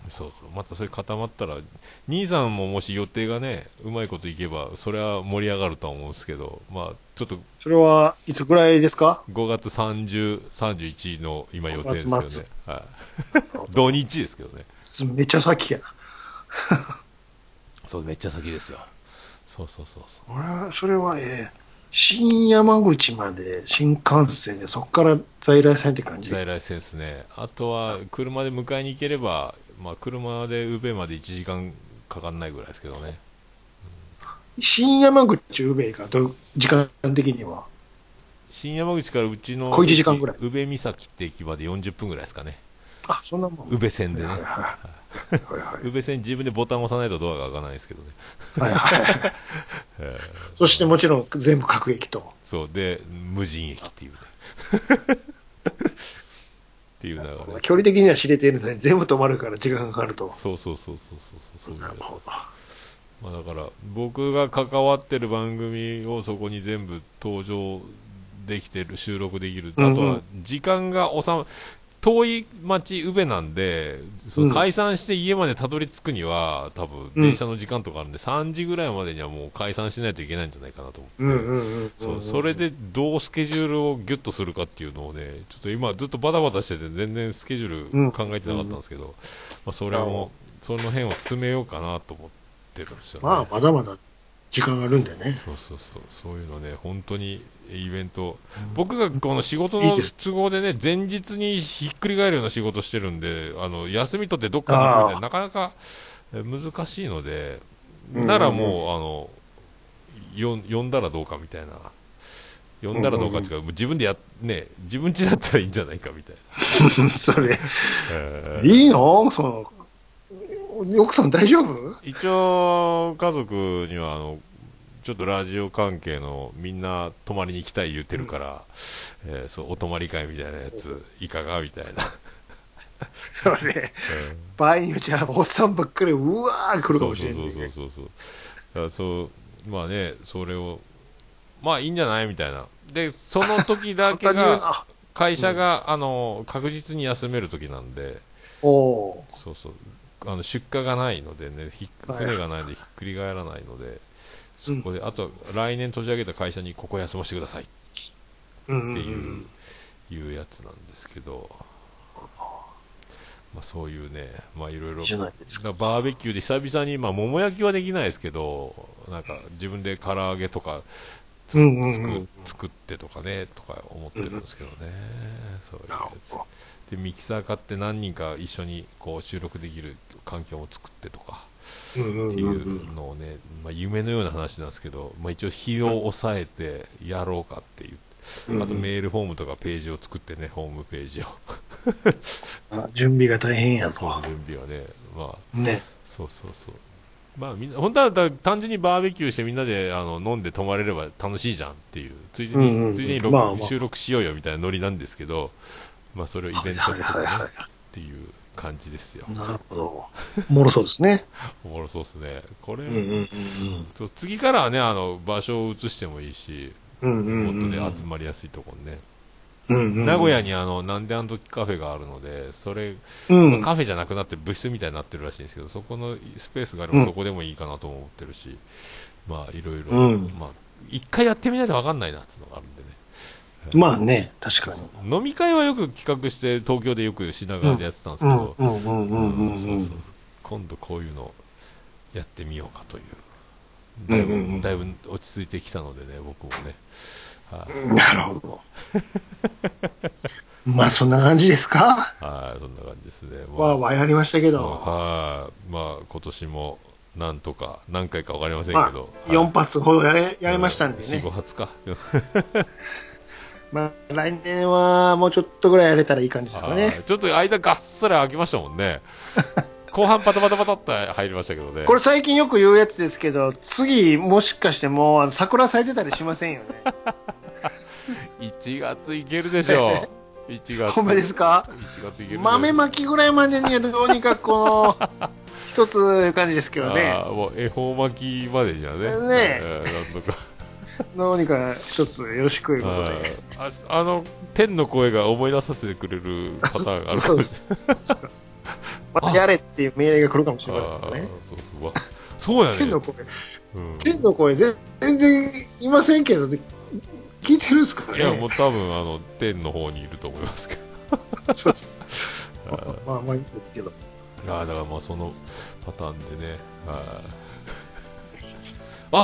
Speaker 1: そうそうまたそれ固まったら兄さんももし予定がねうまいこといけばそれは盛り上がるとは思うんですけどまあちょっと
Speaker 2: それはいつぐらいですか
Speaker 1: 5月3031の今予定です
Speaker 2: 五
Speaker 1: よ
Speaker 2: 月末
Speaker 1: ね、はい、 土日ですけどね
Speaker 2: めっちゃ先やな。
Speaker 1: そうめっちゃ先ですよそうそうそうそう
Speaker 2: 俺は、それは、えー新山口まで新幹線で、そこから在来線って感じ。
Speaker 1: 在来線ですねあとは車で迎えに行ければまあ車で宇部まで1時間かかんないぐらいですけどね
Speaker 2: 新山口、宇部からどう、時間的には。
Speaker 1: 新山口からうちの
Speaker 2: 小一時間ぐらい
Speaker 1: 宇部岬って駅まで40分ぐらいですかね
Speaker 2: あ、そんなもん。
Speaker 1: 宇部線で
Speaker 2: はい
Speaker 1: ね
Speaker 2: はいはい。はいはい
Speaker 1: 宇部線自分でボタン押さないとドアが開かないですけどね、
Speaker 2: はいはい。
Speaker 1: えー
Speaker 2: そしてもちろん全部各駅と。
Speaker 1: そうで無人駅っていうねっていう流れ
Speaker 2: 距離的には知れているのに全部止まるから時間がかかると。
Speaker 1: そうそうそうそうそうそうそういう
Speaker 2: なるほど。
Speaker 1: まあだから僕が関わってる番組をそこに全部登場できてる収録できる
Speaker 2: うんうん
Speaker 1: あとは時間が収ま遠い町宇部なんでその
Speaker 2: うん
Speaker 1: 解散して家までたどり着くには多分電車の時間とかあるんで、3時ぐらいまでにはもう解散しないといけないんじゃないかなと思って、
Speaker 2: うんうんうんうん。
Speaker 1: そうそれでどうスケジュールをギュッとするかっていうのをねちょっと今ずっとバタバタしてて全然スケジュール考えてなかったんですけど、まあ、それ
Speaker 2: なるほ
Speaker 1: もその辺を詰めようかなと思ってるんですよね、
Speaker 2: まあ、まだまだ時間があるんだよ ね。
Speaker 1: そうそうそう、そういうのね、本当にイベント、僕がこの仕事の都合でね、前日にひっくり返るような仕事してるんで、あの休み取ってどっかに行くみたいな、なかなかえ難しいので、
Speaker 2: うん
Speaker 1: ならもう、あのよ呼んだらどうかみたいな、呼んだらどうかっていうか、自分でや、ね、自分家だったらいいんじゃないかみたいな。
Speaker 2: それ、
Speaker 1: えー
Speaker 2: いいのその、奥さん大丈夫
Speaker 1: 一応、家族にはあのちょっとラジオ関係のみんな泊まりに行きたい言ってるから、えーそうお泊まり会みたいなやつ、いかがみたいな、
Speaker 2: それ、場合によっちゃ、おっさんばっかり、うわ ー来るか
Speaker 1: そ
Speaker 2: も
Speaker 1: う
Speaker 2: し
Speaker 1: そうそうそう
Speaker 2: れない。
Speaker 1: そうそうだからそう、まあね、それを、まあいいんじゃないみたいな、でその時だけ
Speaker 2: 簡単に言う
Speaker 1: が、
Speaker 2: な。
Speaker 1: 会社が、あの確実に休める時なんで、
Speaker 2: おお
Speaker 1: そうそうあの出荷がないのでねひっ
Speaker 2: はい
Speaker 1: 船がないのでひっくり返らないので、そこであとは来年立ち上げた会社にここ休ませてくださいっ
Speaker 2: ー。うん
Speaker 1: ていう,、
Speaker 2: うん
Speaker 1: いうやつなんですけど、まあ、そういうね、まあ、いろい
Speaker 2: うん。
Speaker 1: ろ
Speaker 2: いいじゃないですか。
Speaker 1: だからバーベキューで久々に、まあ、桃焼きはできないですけどなんか自分で唐揚げとかつ
Speaker 2: うんうんう
Speaker 1: 作
Speaker 2: ん
Speaker 1: 作ってとかねとか思ってるんですけどね、そういう
Speaker 2: な
Speaker 1: や
Speaker 2: るほ
Speaker 1: つ
Speaker 2: ど。
Speaker 1: でミキサー買って何人か一緒にこう収録できる環境を作ってとか
Speaker 2: うんうん
Speaker 1: ってい
Speaker 2: うん
Speaker 1: うのをね、まあ、夢のような話なんですけど、まあ、一応日を抑えてやろうかっていう、
Speaker 2: うん
Speaker 1: あとメールフォームとかページを作ってねホームページを
Speaker 2: あ準備が大変 や
Speaker 1: その
Speaker 2: と。
Speaker 1: 準備はねまあ
Speaker 2: ね。
Speaker 1: そうそうそうまあみんな本当はだ単純にバーベキューしてみんなであの飲んで泊まれれば楽しいじゃんっていうついでに,、
Speaker 2: うんうんうん
Speaker 1: ついでに録、
Speaker 2: まあまあ
Speaker 1: 収録しようよみたいなノリなんですけどまあそれをイベント
Speaker 2: はい
Speaker 1: とか
Speaker 2: はい
Speaker 1: ね
Speaker 2: はいは
Speaker 1: っていう感じですよ
Speaker 2: い。なるほど。おもろそうですね。
Speaker 1: おもろそうですねこれ、
Speaker 2: うんうんうん
Speaker 1: そう次からはねあの場所を移してもいいし
Speaker 2: うんうん
Speaker 1: もっと
Speaker 2: うんう
Speaker 1: ね
Speaker 2: ん
Speaker 1: 集まりやすいとこにね、
Speaker 2: うんうん
Speaker 1: 名古屋にあのなんであの時カフェがあるのでそれ、
Speaker 2: うん
Speaker 1: まあカフェじゃなくなって部室みたいになってるらしいんですけどそこのスペースがあればそこでもいいかなとも思ってるし、まあいろいろ、
Speaker 2: うん
Speaker 1: まあ一回やってみないと分かんないなっていうのがあるんでね
Speaker 2: まあね、確かに。
Speaker 1: 飲み会はよく企画して東京でよく品川でやってたんですけど、
Speaker 2: うんうんうんうんうん。
Speaker 1: そうそう今度こういうのやってみようかという
Speaker 2: う
Speaker 1: だ
Speaker 2: ん
Speaker 1: いぶ,、
Speaker 2: うんうん
Speaker 1: だいぶ落ち着いてきたのでね僕もね、はい、
Speaker 2: なるほど。 まあそんな感じですか
Speaker 1: はい、そんな感じですね。
Speaker 2: わー
Speaker 1: まあ
Speaker 2: わーやりましたけど、
Speaker 1: はい、まあ今年もなんとか何回かわかりませんけど、
Speaker 2: 4発ほどやれやりましたんで
Speaker 1: 四
Speaker 2: ね
Speaker 1: 五、発か。
Speaker 2: まあ、来年はもうちょっとぐらいやれたらいい感じですか
Speaker 1: は
Speaker 2: ね
Speaker 1: い。ちょっと間がっそり空きましたもん ね。後半パタパタパタって入りましたけどね。
Speaker 2: これ最近よく言うやつですけど次もしかしてもうあの桜咲いてたりしませんよね
Speaker 1: 一月いけるでしょう。 一月。
Speaker 2: ほんまですか
Speaker 1: 一月いける。
Speaker 2: 豆ま
Speaker 1: き
Speaker 2: きぐらいまでにはどうにかこの一ついう感じですけどね
Speaker 1: もう恵方巻きまでじゃね。
Speaker 2: ね
Speaker 1: えーなんとか。
Speaker 2: どうにか一つよろしくいう ことで
Speaker 1: あああの天の声が思い出させてくれるパターンがあるかもしれない
Speaker 2: またやれっていう命令が来るかもしれません
Speaker 1: あ
Speaker 2: ね
Speaker 1: ーそうそうわそうやね
Speaker 2: 天の声
Speaker 1: うん
Speaker 2: 天の声ぜ全然いませんけどで聞いてるんですかね
Speaker 1: いやもう多分あの天の方にいると思いますけ
Speaker 2: そうですまあまあいいんですけど
Speaker 1: どああだからまあそのパターンでねあ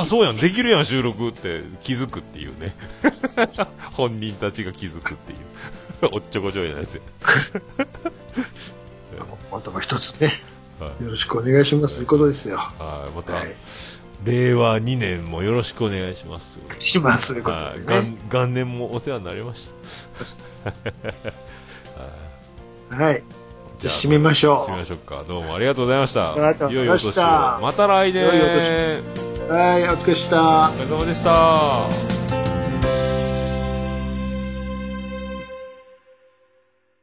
Speaker 1: あそうやんできるやん収録って気づくっていうね 本人たちが気づくっていうおっちょこちょいなやつや、
Speaker 2: またも一つね
Speaker 1: はい
Speaker 2: よろしくお願いしますということですよ
Speaker 1: はいまた、
Speaker 2: はい
Speaker 1: 令和2年もよろしくお願いします
Speaker 2: しますというこ
Speaker 1: は
Speaker 2: と
Speaker 1: い
Speaker 2: で
Speaker 1: 元
Speaker 2: ね
Speaker 1: 元年もお世話になりました
Speaker 2: はい
Speaker 1: じゃあ
Speaker 2: 締めましょう
Speaker 1: 締めましょうか。どうもありがとうございました。
Speaker 2: りがとうご
Speaker 1: 良い
Speaker 2: ざ
Speaker 1: お
Speaker 2: いま
Speaker 1: 年を
Speaker 2: した
Speaker 1: また来年。
Speaker 2: 良いお年はいお疲れ様でした
Speaker 1: お疲れ様でした。